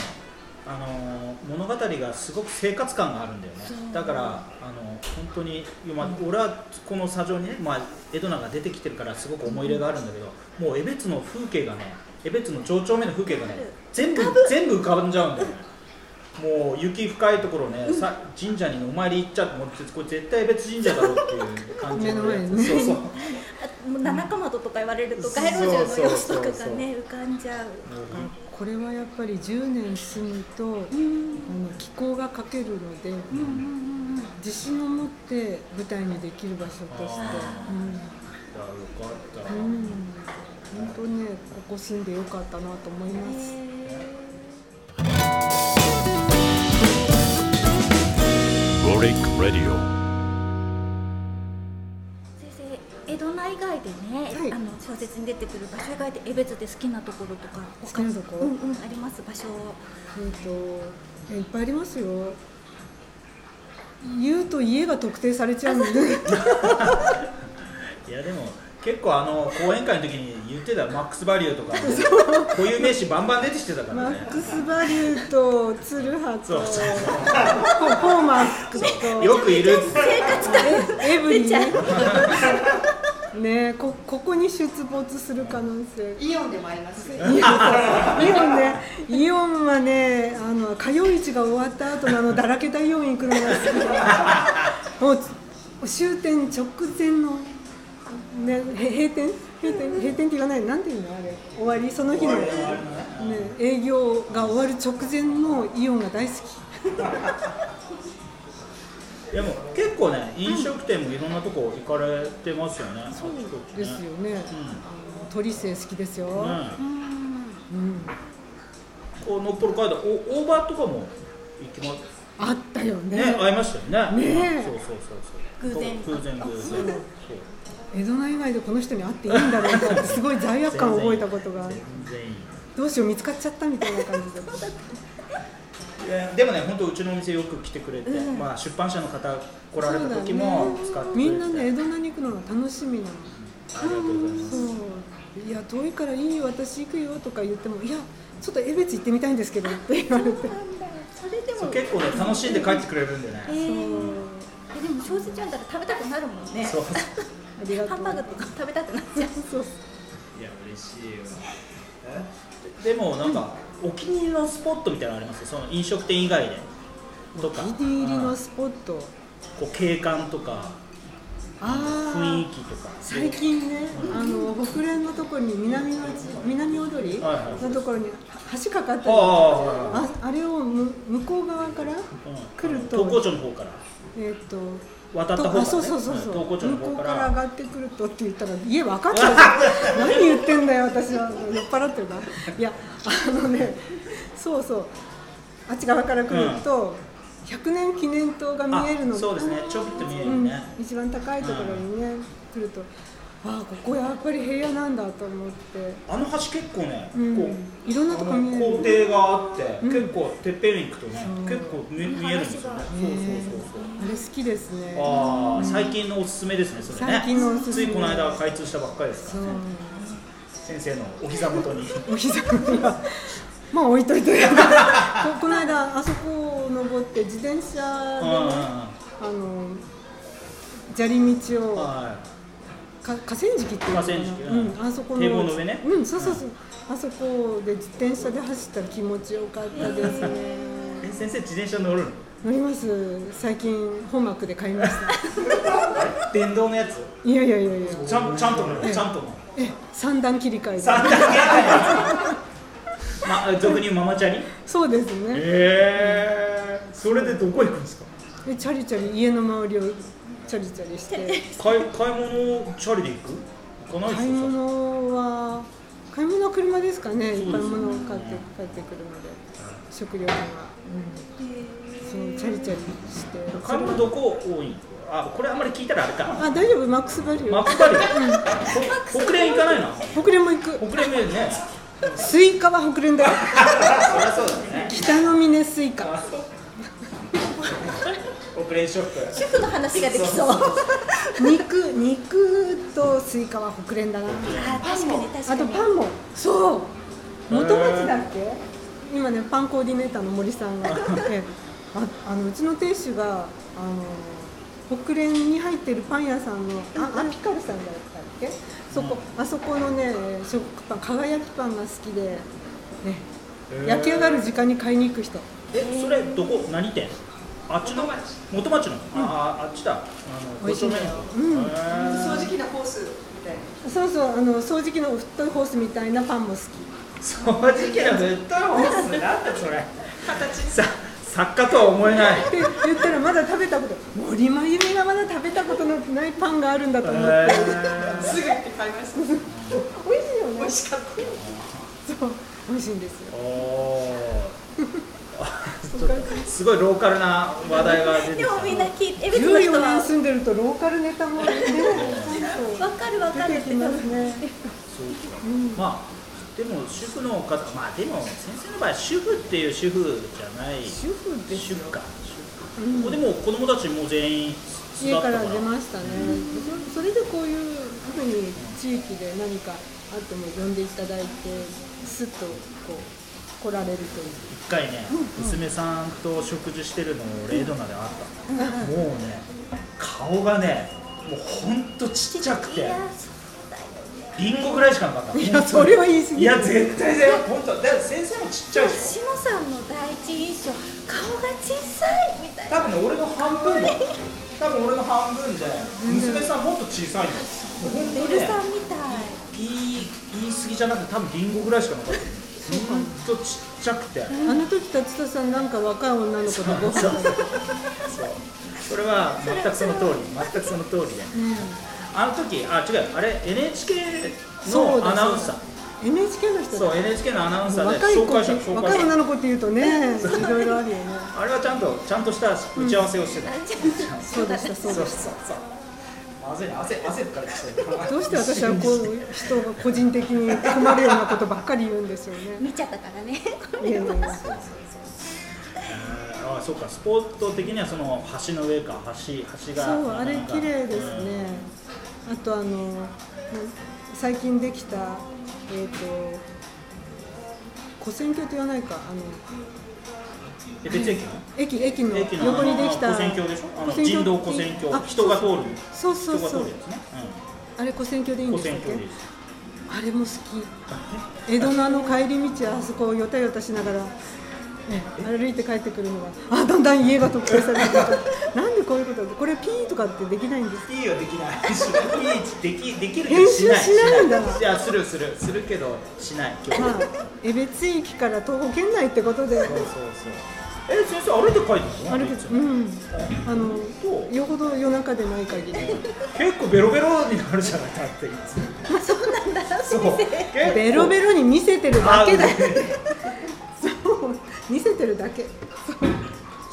Speaker 2: あのー物語がすごく生活感があるんだよね
Speaker 3: そう
Speaker 2: だからあの本当に、まあ、俺はこの砂上にね、まあ、江戸名が出てきてるからすごく思い入れがあるんだけど、もう江別の風景がね江別の町丁目の風景がね
Speaker 3: わかる
Speaker 2: 全部全部浮かんじゃうんだよね、もう雪深いところね、さ神社にお参り行っちゃってもうこれ絶対江別神社だろうっていう感じの
Speaker 4: 目の前
Speaker 2: や
Speaker 4: に
Speaker 2: つ
Speaker 4: ね
Speaker 2: そうそう
Speaker 3: あもう七かまどとか言われると
Speaker 2: そう
Speaker 3: 街路樹の様子
Speaker 2: そう
Speaker 3: とか
Speaker 2: そう
Speaker 3: がね浮かんじゃう。
Speaker 4: これはやっぱり10年住むと
Speaker 3: う
Speaker 4: あ
Speaker 3: ん
Speaker 4: の気候が欠けるので
Speaker 3: うんうんうんうん
Speaker 4: 自信を持って舞台にできる場所とし
Speaker 2: あ
Speaker 4: て、
Speaker 2: だよかった、
Speaker 4: うんうん本当にねここ住んでよかったなと思います。
Speaker 5: Rorik Radio.
Speaker 3: 先生江戸内以外でね、
Speaker 4: はい
Speaker 3: あの小説に出てくる場所以外で江別で好きなところとか
Speaker 4: 好きなとこ
Speaker 3: うんうんあります場所
Speaker 4: えっといやいっぱいありますよ。言うと家が特定されちゃうので、
Speaker 2: いやでも結構あの講演会の時に言ってたマックスバリューとかこういう名詞バンバン出てきてたか
Speaker 4: マ
Speaker 2: らね
Speaker 4: ックスバリューとツルハと
Speaker 2: そうそう
Speaker 4: ポポーマックと
Speaker 2: よくいるっつって
Speaker 4: エブリィ ね。ねこここに出没する可能性
Speaker 6: イオンでもありますよ
Speaker 4: イオンね、イオンはね、あの火曜市が終わった後のあのだらけたイオン行くのが好きで、もう終点直前の、ね、へ閉店閉店閉店って言わない、なんていうのあれ、終わりその日の、ね、営業が終わる直前のイオンが大好き。
Speaker 2: いやもう結構ね飲食店もいろんなとこ行かれてますよね、あちこちね
Speaker 4: そうですよね。あの鳥生好きですよ。
Speaker 2: うん、
Speaker 3: うん
Speaker 4: うん
Speaker 2: こうのっぽる階段お大葉とかも行きま
Speaker 4: あったよ
Speaker 2: ね会いましたよね
Speaker 4: ねえ
Speaker 2: そうそうそうそう
Speaker 3: 偶然
Speaker 2: そう偶然偶然そう
Speaker 4: 江戸内外でこの人に会っていいんだろうかってすごい罪悪感を覚えたことが
Speaker 2: 全然いい
Speaker 4: どうしよう見つかっちゃったみたいな感じ
Speaker 2: い
Speaker 4: で
Speaker 2: やでもね本当うちのお店よく来てくれて、
Speaker 3: うん
Speaker 2: まあ出版社の方来られた時も使ってくれて、
Speaker 4: みんなね江戸に行くのが楽しみなの
Speaker 2: ありがとうございます
Speaker 4: そういや遠いからいいよ私行くよとか言ってもいやちょっと江別行ってみたいんですけどって言われて
Speaker 3: そうなんだそれで
Speaker 2: そ
Speaker 3: も
Speaker 2: う結構ね楽しんで帰ってくれるんでね、
Speaker 3: えーえでも小説読んだら食べたくなるもんね
Speaker 2: そう
Speaker 4: ありがと
Speaker 3: ハ
Speaker 4: う
Speaker 3: ンバーグとか食べたくなっちゃう
Speaker 4: そう
Speaker 2: いや嬉しいよでもなんか、お気に入りのスポットみたいなのありますその飲食店以外でとか
Speaker 4: お気に入り
Speaker 2: うん
Speaker 4: のスポット、
Speaker 2: こう景観とか
Speaker 4: ああ
Speaker 2: 雰囲気とか
Speaker 4: 最近ね、あの北連のところに南の南踊り
Speaker 2: はいはい
Speaker 4: のところに橋かかったり
Speaker 2: ああはいはい
Speaker 4: ああれをむ向こう側から、
Speaker 2: うん
Speaker 4: 来ると
Speaker 2: 東高町の方から
Speaker 4: えっ、と
Speaker 2: 渡った方から、ね、
Speaker 4: あそうそうそうそう、
Speaker 2: ん東高町の
Speaker 4: 向
Speaker 2: 方
Speaker 4: こう
Speaker 2: か
Speaker 4: からら上がってくるとって言ったら家分かっちゃう 何言ってんだよ私は酔っ払ってるからいやあのねそうそうあっち側から来ると、100年記念塔が見えるの
Speaker 2: あそうですねちょびっと見え
Speaker 4: う
Speaker 2: る
Speaker 4: ん
Speaker 2: ね、
Speaker 4: 一番高いところにね、来るとああここやっぱり平野なんだと思って、
Speaker 2: あの橋結構ね、
Speaker 4: うん
Speaker 2: こう
Speaker 4: いろんなとこ
Speaker 2: あの
Speaker 4: 見える
Speaker 2: 校庭があって、
Speaker 4: ん
Speaker 2: 結構てっぺんに行くとね、
Speaker 4: そう
Speaker 2: 結構見見えるんですよね。そうそうそうそう。
Speaker 4: あれ好きですね
Speaker 2: ああ、最近のおすすめですね、それね。
Speaker 4: 最近のおすすめ
Speaker 2: ついこの間開通したばっかりですか
Speaker 4: そ
Speaker 2: ら
Speaker 4: う
Speaker 2: ね。先生のお膝元 に。
Speaker 4: お膝がまあ置いといてここの間あそこを登って自転車でね、
Speaker 2: は
Speaker 4: あの砂利道
Speaker 2: い。
Speaker 4: をか河川敷っていうのかな
Speaker 2: 河川敷
Speaker 4: う
Speaker 2: うん
Speaker 4: ん、あそこの
Speaker 2: 堤防の上ね
Speaker 4: うんそうそうそう、あそこで自転車で走ったら気持ちよかったですね、
Speaker 2: え先生自転車乗るの？
Speaker 4: 乗ります最近本幕で買いま した
Speaker 2: 電動のやつ？
Speaker 4: いやいやいやいや
Speaker 2: ちゃんちゃんと乗る、ちゃんと乗る。
Speaker 4: え三段切り替えで
Speaker 2: 三段階のや つ。ま俗に言うママチャリ？
Speaker 4: そうですね
Speaker 2: ええ。それでどこ行くんですか？
Speaker 4: でチャリチャリ家の周りをチャリチャ リして
Speaker 2: 買い買い物チャリで行く？行かないで
Speaker 4: 買
Speaker 2: す
Speaker 4: い
Speaker 2: よ。
Speaker 4: 物は買い物は車ですかねいっぱい
Speaker 2: そうですよね
Speaker 4: 物を買って帰ってくるので食料品は、うんそうチャリチャリして
Speaker 2: 買い物どこ多いの？あこれあんまり聞いたらあれか
Speaker 4: あ大丈夫マックスバリュ
Speaker 2: マ
Speaker 4: ー
Speaker 2: ックバリほ北連行かないの
Speaker 4: 北連も行く
Speaker 2: 北連名ね
Speaker 4: スイカは北連だよ
Speaker 2: そりゃそうだね
Speaker 4: 北の峰スイカ
Speaker 7: オペレーショッ
Speaker 3: 主婦の話ができそうあ
Speaker 4: 肉肉とスイカは北連だな
Speaker 3: ー確かに確か
Speaker 4: あ
Speaker 3: に
Speaker 4: とパンもそう元町だっけ今ねパンコーディネーターの森さん がええああのうちの店主があの北連に入ってるパン屋さんのあアピカルさんだったっけそこ、あそこのね食パン輝きパンが好きで、ね、
Speaker 7: へえ
Speaker 4: 焼き上がる時間に買いに行く人
Speaker 2: えそれどこ何店あっちの元町のあああっちだあの
Speaker 4: 美味しいんだよ
Speaker 2: 五丁
Speaker 4: う
Speaker 2: 目の
Speaker 4: ん
Speaker 2: へー
Speaker 8: 掃除機のホースみたいな。
Speaker 4: そうそうあの掃除機の太いホースみたいなパンも好き
Speaker 2: 掃除機のぶっ飛ばすなんだそれ
Speaker 8: 形
Speaker 2: さ作家とは思えない
Speaker 4: って言ったらまだ食べたこと森真由美がまだ食べたことのないパンがあるんだと思って、
Speaker 8: すぐ行って買いました。
Speaker 4: 美味しいよね
Speaker 8: 美味しかった。
Speaker 4: そう美味しいんですよ
Speaker 2: すごいローカルな話題が出てき
Speaker 3: でもみんな
Speaker 2: た
Speaker 3: 聞いて江別の人
Speaker 4: 14年
Speaker 3: は
Speaker 4: 住んでるとローカルネタもね
Speaker 3: わかるわかる
Speaker 4: 出
Speaker 3: ってて
Speaker 4: きますね
Speaker 2: まあでも主婦の方まあでも先生の場合は主婦っていう主婦じゃない
Speaker 4: 主婦です
Speaker 2: 主
Speaker 4: よ
Speaker 2: 婦か主婦
Speaker 4: うん
Speaker 2: もうでも子供たちもう全員巣立
Speaker 4: 家
Speaker 2: った
Speaker 4: から出ましたねそそれでこういうふうに地域で何かあっても呼んでいただいてスッとこう来られるという
Speaker 2: 一回ね、娘さんと食事してるのをレイドナで会ったの、もうね顔がねもうほんとちっちゃくてリンゴぐらいしかなかった
Speaker 4: いやそれは言い過
Speaker 2: い
Speaker 4: ぎ
Speaker 2: や絶対だよ本当だよ
Speaker 7: 先生もちっちゃいでしょ
Speaker 3: 下さんの第一印象顔が小さいみたいな
Speaker 7: 多分ね俺の半分だ多分俺の半分で娘さんもっと小さいの本当
Speaker 3: ベ
Speaker 7: に
Speaker 3: ル
Speaker 7: ね
Speaker 3: さんみたい
Speaker 2: 言い言い過ぎじゃなくて多分リンゴぐらいしかなかったほんとちっちゃくて
Speaker 4: あの時達田さんなんか若い女の子とご飯を
Speaker 2: そうそれは全くその通り全くその通りであの時あ違うあれ NHK
Speaker 4: そう
Speaker 2: の
Speaker 4: だ
Speaker 2: アナウンサー
Speaker 4: NHK の人
Speaker 2: そう NHK のアナウンサーで
Speaker 4: 若い子
Speaker 2: 紹介者
Speaker 4: って
Speaker 2: 紹
Speaker 4: 若
Speaker 2: 介
Speaker 4: い
Speaker 2: 者
Speaker 4: 女の子っていうとねいろいろあるよね
Speaker 2: あれはちゃんとちゃんとした打ち合わせをしてた、
Speaker 4: そうでしたそうでした
Speaker 7: まずいね汗汗かいてきた
Speaker 4: どうして私はこう人が個人的に困るようなことばっかり言うんですよね
Speaker 3: 見ちゃったからね
Speaker 4: いやいやいや
Speaker 2: ああそうかスポット的にはその橋の上か橋橋が
Speaker 4: そうあ
Speaker 2: なか
Speaker 4: れ
Speaker 2: なか
Speaker 4: 綺麗ですねあとあのな最近できたえっ、と古戦橋と言わないかあの
Speaker 2: うんえ別駅の
Speaker 4: 駅駅の
Speaker 2: 駅の
Speaker 4: 横にできた
Speaker 2: あの跨線橋でしょあの
Speaker 4: 跨線橋
Speaker 2: 人道跨線
Speaker 4: あ
Speaker 2: 橋人が通る
Speaker 4: そうそう
Speaker 2: 人が通
Speaker 4: そ
Speaker 2: る
Speaker 4: う
Speaker 2: やつね、
Speaker 4: あれ古戦橋でいい
Speaker 2: うんん、
Speaker 4: で
Speaker 2: 跨
Speaker 4: したっ
Speaker 2: 線
Speaker 4: け
Speaker 2: 橋です
Speaker 4: あれも好き。江戸のあの帰り道、あそこをよたよたしながら。ね歩いて帰ってくるのが、あ、だんだん家が特定されてく る。なんでこういうこと、これピーとかってできないんですか。
Speaker 2: いいよでき ないしいいできできるけ
Speaker 4: 編
Speaker 2: ど
Speaker 4: 集
Speaker 2: しない
Speaker 4: しないんだ
Speaker 2: いやするするするけどしない今日
Speaker 4: まあ、江別駅から徒歩圏内ってことで。
Speaker 2: そうそうえ先生歩いて帰って
Speaker 4: 歩く、うん、あの、よほど夜中でない限り。
Speaker 2: 結構ベロベロになるじゃないだっていつ もそうなんだそう
Speaker 4: ベロ
Speaker 2: ロ
Speaker 4: ベロに見せてるだけだよ。 そう見せてるだけ。
Speaker 2: し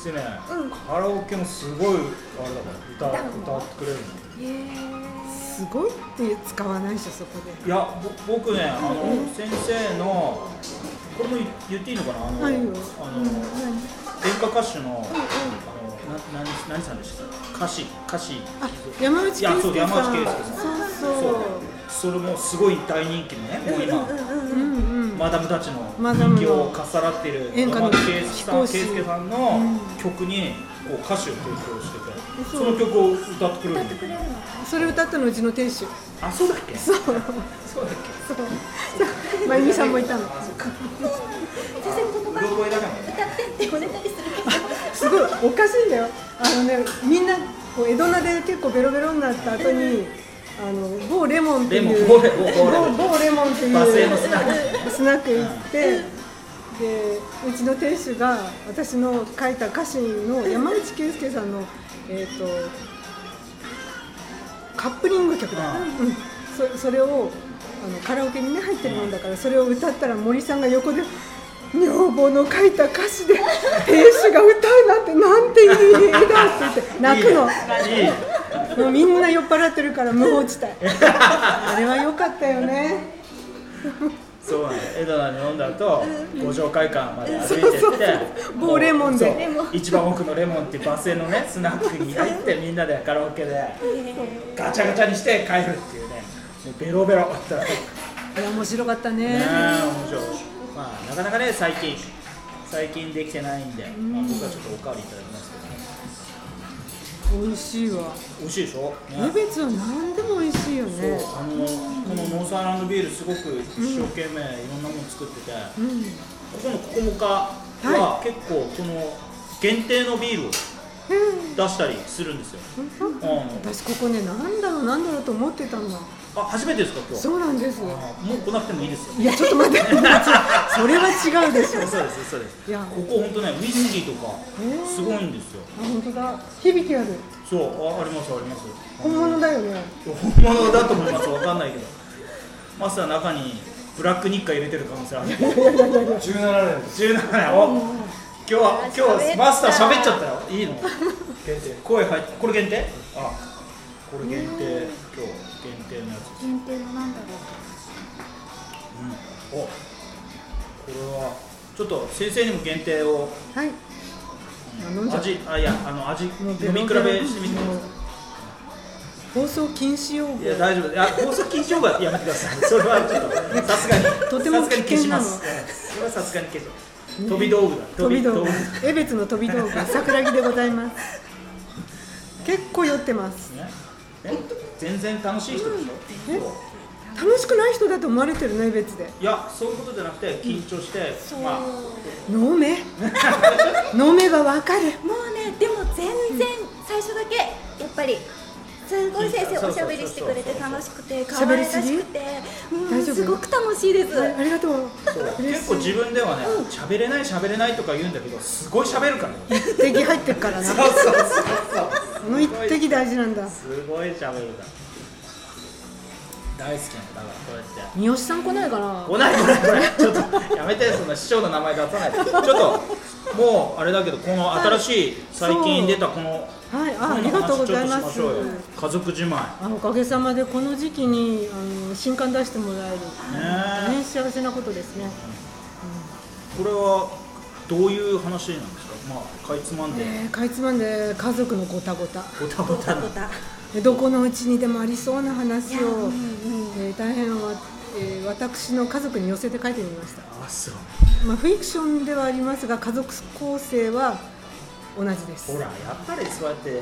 Speaker 2: てね、カラオケもすごいあれだから歌歌ってくれるの
Speaker 4: すごいって使わないでしょ、そこで。
Speaker 2: いやぼ僕ねあの、先生のこれも言言っていいのかなあの、
Speaker 4: はい
Speaker 2: あ
Speaker 4: よ
Speaker 2: の、演歌歌手の、あのな何何さんでした歌詞歌詞
Speaker 4: あ、山内
Speaker 2: いや
Speaker 4: 圭
Speaker 2: そう
Speaker 4: 介
Speaker 2: 山
Speaker 4: さ
Speaker 2: 内
Speaker 4: ん。
Speaker 2: 圭介
Speaker 4: そうそう。
Speaker 2: それもすごい大人気のねもう今、
Speaker 4: うんうん、
Speaker 2: マダムたちの
Speaker 4: マダム
Speaker 2: 人
Speaker 4: の
Speaker 2: 気をかっさらっている
Speaker 4: 演歌の
Speaker 2: 山内圭介さん
Speaker 4: 貴公子
Speaker 2: 圭介さんの曲にこう歌詞を提供しててその曲を歌ってくれるの
Speaker 4: それ歌ったのうちの店主
Speaker 2: あそうだっけ
Speaker 4: そうそうだっけ真由美さんもいたの
Speaker 3: 先生この番組歌ってってお願いする
Speaker 4: すごいおかしいんだよあのねみんなこう江戸名で結構ベロベロになった後にあの某レモンっていう
Speaker 2: レモン某レ某某レモン
Speaker 4: 某某レモンっていう
Speaker 2: バスへのスナック
Speaker 4: スナック行って、でうちの店主が私の書いた歌詞の山内圭介さんの、えー、とカップリング曲だ、
Speaker 2: ああ
Speaker 4: うん、そそれをあのカラオケに、ね、入ってるもんだから、それを歌ったら森さんが横で「女房の書いた歌詞で亭主が歌うなんてなんていい絵だ って言って泣く
Speaker 2: い
Speaker 4: の
Speaker 2: い
Speaker 4: もうみんな酔っ払ってるから無法 地帯あれは良かったよね
Speaker 2: そうなんだエドナに飲んだ後五条会館まで歩いて
Speaker 4: そうそうそ
Speaker 2: っ
Speaker 4: う
Speaker 2: て
Speaker 4: 某レモンでレ
Speaker 2: そう一番奥のレモンっていうバス停のねスナックに入ってみんなでカラオケでガチャガチャにして帰るっていうねもうベロベロだったね
Speaker 4: いや面白かったね
Speaker 2: え面白いまあなかなかね最近最近できてないんで、まあ、僕はちょっとおかわりいただきますけどね
Speaker 4: 美味しいわ
Speaker 2: 美味しいでしょ、ね
Speaker 4: 江別は何でも美味しいよ
Speaker 2: そう
Speaker 4: ね
Speaker 2: あのこのノースアイランドビールすごく一生懸命いろんなもの作ってて、
Speaker 4: うん
Speaker 2: ここのココモカは結構この限定のビールを出したりするんですよ、うん
Speaker 4: 私ここねなんだろうなんだろうと思ってたんだ
Speaker 2: あ初めてですか今日
Speaker 4: そうなんです
Speaker 2: あもう来なくてもいいですよ
Speaker 4: いやちょっと待ってそれは違うでしょ
Speaker 2: そうですそうで
Speaker 4: い
Speaker 2: す
Speaker 4: や
Speaker 2: ここ本当ねウイスキーとか
Speaker 4: ー
Speaker 2: すごいんですよ
Speaker 4: あ本当だ響きある
Speaker 2: そうあありますあります
Speaker 4: 本物だよね
Speaker 2: 本物だと思いますわかんないけどマスター中にブラックニッカ入れてる可能性ある
Speaker 9: 17年です
Speaker 2: 17年お今日は今日マスター喋っちゃったよいいの限定声入ってこれ限定あこれ限定今日限定のやつ
Speaker 3: 限定のなんだろ
Speaker 2: おこれはちょっと先生にも限定を
Speaker 4: はいあ飲んじゃう
Speaker 2: 味あいやあの味飲
Speaker 4: もうベロベ
Speaker 2: み比
Speaker 4: ロ
Speaker 2: べしてみてもらって
Speaker 4: もう放送禁止用
Speaker 2: いや
Speaker 4: 語
Speaker 2: 大丈夫いや放送禁止用語はやめてくださいそれはちょっとさすがに
Speaker 4: とても
Speaker 2: さすがに消します
Speaker 4: 危
Speaker 2: それはさすがに消します飛び道具だ
Speaker 4: 飛び道具
Speaker 2: 具
Speaker 4: 江別の飛び道具桜木でございます結構酔ってます
Speaker 2: ねえ全然楽しい人でしょ、
Speaker 4: え
Speaker 2: そう
Speaker 4: 楽しくない人だと思われてるの江別で
Speaker 2: いやそういうことじゃなくて緊張して、まあ
Speaker 4: 飲め飲めばわかる
Speaker 3: うもうねでも全然最初だけやっぱりすごい先生おしゃべりしてくれて楽しくて可愛らしくてうん
Speaker 4: 大丈夫
Speaker 3: すごく楽しいです
Speaker 4: あありがとう
Speaker 2: そう
Speaker 4: 嬉
Speaker 2: 結構
Speaker 4: し
Speaker 2: 自分ではね喋れない喋れないとか言うんだけどすごい喋るからね
Speaker 4: い敵入ってるから な
Speaker 2: そうそう
Speaker 4: この一滴大事なんだ
Speaker 2: すごい喋るから大好きなんだだからこうやって
Speaker 4: 三好さん来ないかな
Speaker 2: 来ない来ない来ないちょっとやめてその師匠の名前出さないでちょっともうあれだけどこの新しい最近出たこの
Speaker 4: はい
Speaker 2: こ
Speaker 4: ああ
Speaker 2: の
Speaker 4: りがとうございま
Speaker 2: 話
Speaker 4: す
Speaker 2: ちょっとししょうよ家族自慢ね
Speaker 4: あおかげさまでこの時期にあの新刊出してもらえる大変幸せなことですね
Speaker 2: これはどういう話なんですかまあかいつまんで
Speaker 4: えー、かいつまんで家族のごたごた
Speaker 2: ごたごたの
Speaker 4: えどこのうちにでもありそうな話を、えー大変わ、えー私の家族に寄せて書いてみました、
Speaker 2: あそう
Speaker 4: まあ、フィクションではありますが家族構成は同じです
Speaker 2: ほらやっぱりそうやってね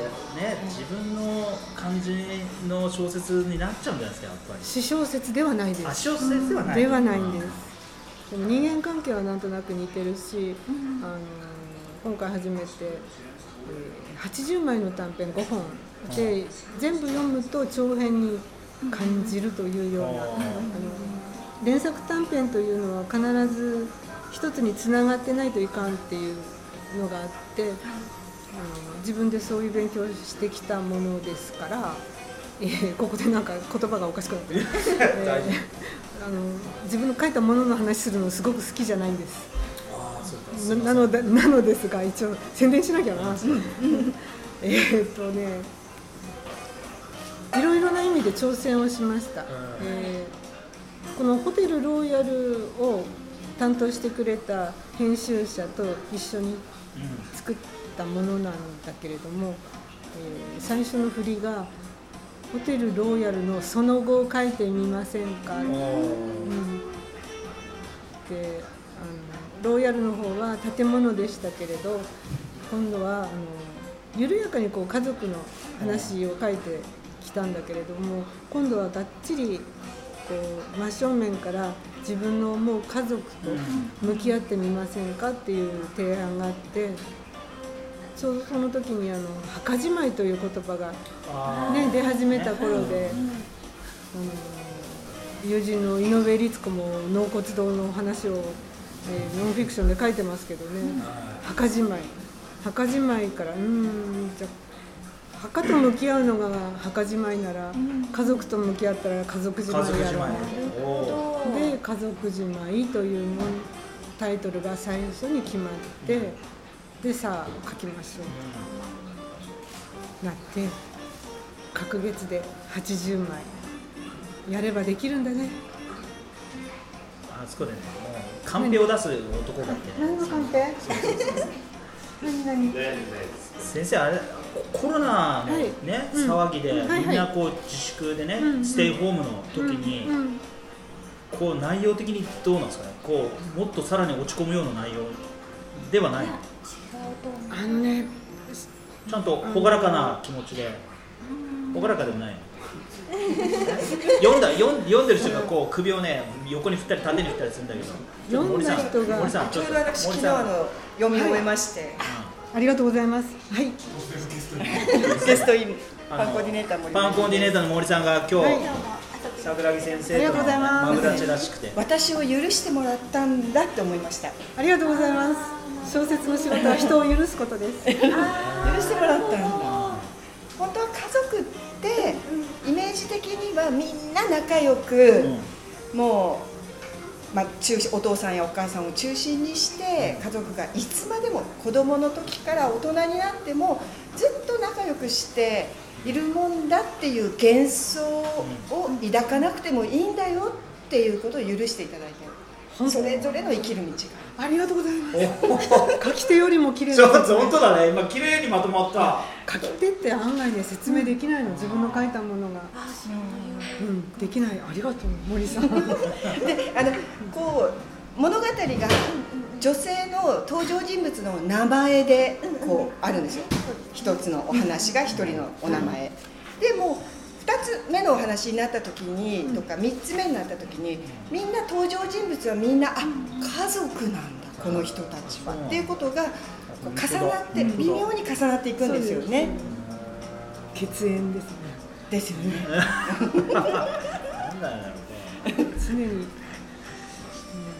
Speaker 2: 自分の感じの小説になっちゃうんじゃないですかやっぱり
Speaker 4: 私小説ではないです
Speaker 2: 足尾先生はない
Speaker 4: ではないんです。でも人間関係はなんとなく似てるし、あの今回初めてえー80枚の短編5本で、全部読むと長編に感じるというような、
Speaker 2: うん
Speaker 4: あの連作短編というのは必ず一つにつながってないといかんっていうのがあって、あの自分でそういう勉強をしてきたものですから、えーここでなんか言葉がおかしくなってる。
Speaker 2: 大丈夫
Speaker 4: あの自分の書いたものの話するのすごく好きじゃないんです。
Speaker 2: あそうか
Speaker 4: ななので なのですが一応 宣伝しなきゃな。 えーっとね、いろいろな意味で挑戦をしました。えーこのホテルロイヤルを担当してくれた編集者と一緒に
Speaker 2: うん
Speaker 4: 作ったものなんだけれども、えー最初の振りがホテルロイヤルのその後を書いてみませんか。うんであのロイヤルの方は建物でしたけれど今度はあの緩やかにこう家族の話を書いてきたんだけれども今度はがっちりこう真正面から自分の思う家族と向き合ってみませんかっていう提案があってちょうどその時にあの墓じまいという言葉が
Speaker 2: あ
Speaker 4: ね、出始めた頃で、あの友人の井上律子も納骨堂の話を、えーノンフィクションで書いてますけどね、墓じまい墓じまいからうーんじゃあ墓と向き合うのが墓じまいなら、家族と向き合ったら家族じま
Speaker 2: 家
Speaker 4: い
Speaker 2: 族
Speaker 4: や
Speaker 2: 自
Speaker 4: ろ
Speaker 2: 慢
Speaker 4: う
Speaker 2: おお
Speaker 4: で家族じまいというもタイトルが最初に決まってでさあ書きましょうなって隔月で80枚やればできるんだね
Speaker 2: あそこでねもうカンペを出す男がいてね
Speaker 4: 何のカンペ何何
Speaker 2: 先生あれコロナのね、
Speaker 4: うん
Speaker 2: 騒ぎで、
Speaker 4: うんはいはい
Speaker 2: みんなこう自粛でね、
Speaker 4: うんうん
Speaker 2: ステイホームの時に、
Speaker 4: うんうん
Speaker 2: こう内容的にどうなんですかねこうもっとさらに落ち込むような内容ではない
Speaker 4: あのね
Speaker 2: ちゃんと朗らかな気持ちで朗らかでもない読んだ読ん読んでる人がこう首をね横に振ったり縦に振ったりするんだけどちょっと森さん
Speaker 4: 読んだ人が
Speaker 2: 森さん
Speaker 10: ち
Speaker 2: ちょ
Speaker 10: ょ
Speaker 2: っ
Speaker 10: う
Speaker 2: と
Speaker 10: ど私昨
Speaker 2: 森
Speaker 10: 日
Speaker 2: さん
Speaker 10: の読み終えまして、
Speaker 4: ありがとうございますはい
Speaker 10: ゲストイン
Speaker 2: あの
Speaker 10: パンコーディネーターも
Speaker 2: パンコーディネーターの森さんが今日、
Speaker 4: はい
Speaker 2: 桜木先
Speaker 4: あり
Speaker 2: 生
Speaker 4: が
Speaker 2: と
Speaker 4: とう
Speaker 2: の
Speaker 4: ございます
Speaker 2: マブダチらしくて
Speaker 10: 私を許してもらったんだって思いました
Speaker 4: ありがとうございます小説の仕事は人を許すことです
Speaker 10: 許してもらったんだ本当は家族ってイメージ的にはみんな仲良く、もう、まあ、中お父さんやお母さんを中心にして家族がいつまでも子どもの時から大人になってもずっと仲良くしているもんだっていう幻想を抱かなくてもいいんだよっていうことを許していただいてるそれぞれの生きる道
Speaker 4: ありがとうございます書き手よりも綺麗
Speaker 11: ちょっ
Speaker 4: な
Speaker 11: と本当だね今綺麗にまとまった
Speaker 4: 書き手って案外ね説明できないの自分の書いたものがうんできないありがとう森 さん
Speaker 10: がであのこう物語が女性の登場人物の名前でこうあるんですよ一つのお話が一人のお名前でもう2つ目のお話になった時にとか3つ目になった時にみんな登場人物はみんなあ家族なんだこの人たちはっていうことがこう重なって微妙に重なっていくんですよね
Speaker 4: 血縁ですね
Speaker 10: ですよね
Speaker 2: なんだろうね
Speaker 4: 常に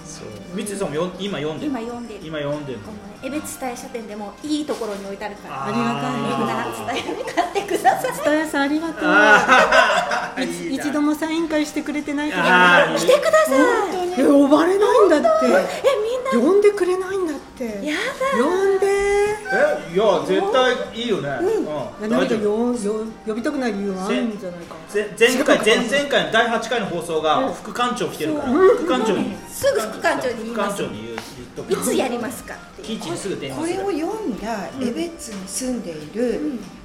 Speaker 2: そう三井さんもよ今読んでる
Speaker 3: 今読んでる
Speaker 2: 今読んでる
Speaker 3: この江別伝え書店でもいいところに置いてあるから
Speaker 4: ありがたい
Speaker 3: みんな伝えに買ってください
Speaker 4: スタヤさんありがとういつ一度もサイン会してくれてないから
Speaker 2: あーいい
Speaker 3: 来てください
Speaker 4: え呼ばれないんだって
Speaker 3: えみんな
Speaker 4: 呼んでくれないんだって
Speaker 3: や
Speaker 4: 呼んで
Speaker 2: えいや絶対いいよね、うん
Speaker 4: ーな
Speaker 2: 大
Speaker 4: んか
Speaker 2: 丈夫
Speaker 4: よよ呼びたくない理由はあるんじゃないか
Speaker 2: ぜ前回前々回の第8回の放送が副館長来てるから副館長に
Speaker 3: だすぐ副館長に言い
Speaker 2: 副
Speaker 3: ま
Speaker 2: 館
Speaker 3: す
Speaker 2: 長に言う言っとく
Speaker 3: いつやりますかって
Speaker 2: キッチンにすぐ電
Speaker 10: こ
Speaker 2: 話す
Speaker 10: れ
Speaker 2: る
Speaker 10: を読んだ江別に住んでいる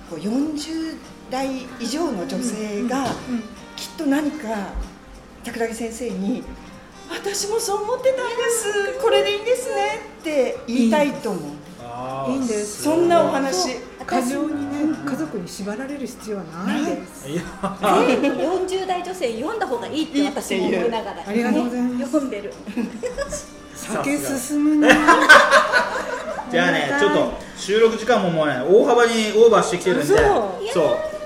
Speaker 10: こう40代以上の女性がきっと何か桜木先生に「私もそう思ってたんですこれでいいんですね」って言いたいと思う
Speaker 2: あ
Speaker 4: いいん
Speaker 2: ー
Speaker 4: です
Speaker 10: そんなお話
Speaker 4: 過剰にね家族に縛られる必要はないです
Speaker 2: いや
Speaker 3: 40代女性読んだ方がいいって私も思いながら
Speaker 4: ありがとうございます
Speaker 3: 読んでる
Speaker 4: 酒進むな
Speaker 2: じゃあねちょっと収録時間ももうね大幅にオーバーしてきてるんで
Speaker 4: 嘘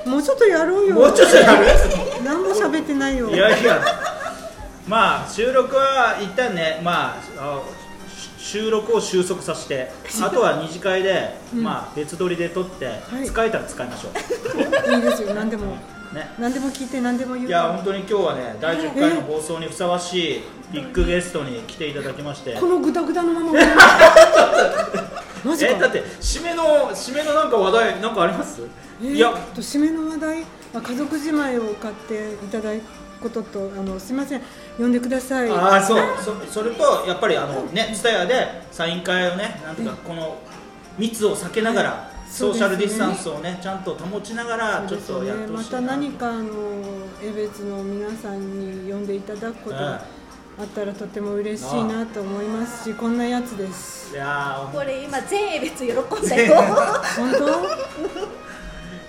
Speaker 2: そ
Speaker 4: もうちょっとやろう
Speaker 2: う
Speaker 4: よ
Speaker 2: もうちょっとやる
Speaker 4: 何も喋ってないよ
Speaker 2: いやいや、まあ収録は一旦ね、まああし収録を収束させて、あとは二次会で、まあ別撮りで撮って、
Speaker 4: い
Speaker 2: 使えたら使いましょう。
Speaker 4: いいですよ何でも
Speaker 2: ね。
Speaker 4: 何でも聞いて何でも言う
Speaker 2: いや本当に今日はね第10回の放送にふさわしいビッグゲストに来ていただきまして。
Speaker 4: このグダグダのま ま終わるマジ
Speaker 2: えだ
Speaker 4: か
Speaker 2: って締めの締めのなんか話題なんかあります？
Speaker 4: えー
Speaker 2: いや
Speaker 4: えっと締めの話題、まあ、家族じまいを買っていただくこととあのすみません呼んでください
Speaker 2: ああそうそそれとやっぱりあのね蔦屋でサイン会をねなんとかこの密を避けながら
Speaker 4: そ
Speaker 2: ソ
Speaker 4: う
Speaker 2: ーシャルデ
Speaker 4: ですね
Speaker 2: ィスタンスをねちゃんと保ちながらちょ
Speaker 4: そ
Speaker 2: っ
Speaker 4: うですよ
Speaker 2: とやってほ
Speaker 4: ま
Speaker 2: しいな
Speaker 4: た何かあの江別の皆さんに呼んでいただくことがあったらとても嬉しいなと思いますしこんなやつです
Speaker 2: いや
Speaker 3: これ今全英別喜んだよ
Speaker 4: 本当
Speaker 2: ー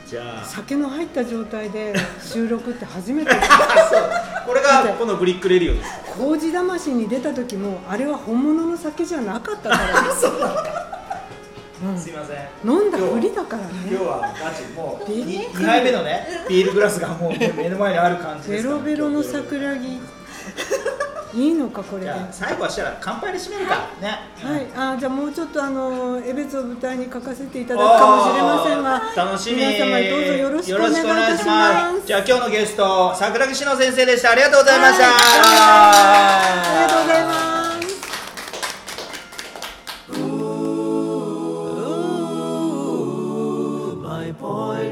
Speaker 2: じ ゃあ
Speaker 4: 酒の入った状態で収録って初めて
Speaker 2: そうこれがこのブリックレディオです
Speaker 4: 麹魂に出た時もあれは本物の酒じゃなかったからで す
Speaker 2: すいません
Speaker 4: 飲んだふりだからね
Speaker 2: 今日はガチもう
Speaker 4: びっくり
Speaker 2: 2杯目のねビールグラスがもう目の前にある感じで
Speaker 4: ベ
Speaker 2: すから
Speaker 4: ロベロの桜木いいのかこれ
Speaker 2: じ
Speaker 4: で
Speaker 2: ゃあ最後はしたら乾杯で締めるかね
Speaker 4: はい、あじゃあもうちょっとあの江別を舞台に書かせていただくかもしれません
Speaker 2: あ
Speaker 4: が
Speaker 2: ー楽しみ
Speaker 4: 皆様どうぞよろしくお願いいた
Speaker 2: よろ
Speaker 4: し
Speaker 2: しくお願いし
Speaker 4: ます
Speaker 2: じゃあ今日のゲスト桜木志乃先生でしたありがとうございました、
Speaker 4: ありがとうございます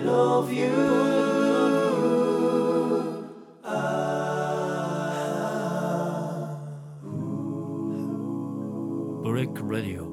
Speaker 12: love you. Ah.
Speaker 13: Brick Radio.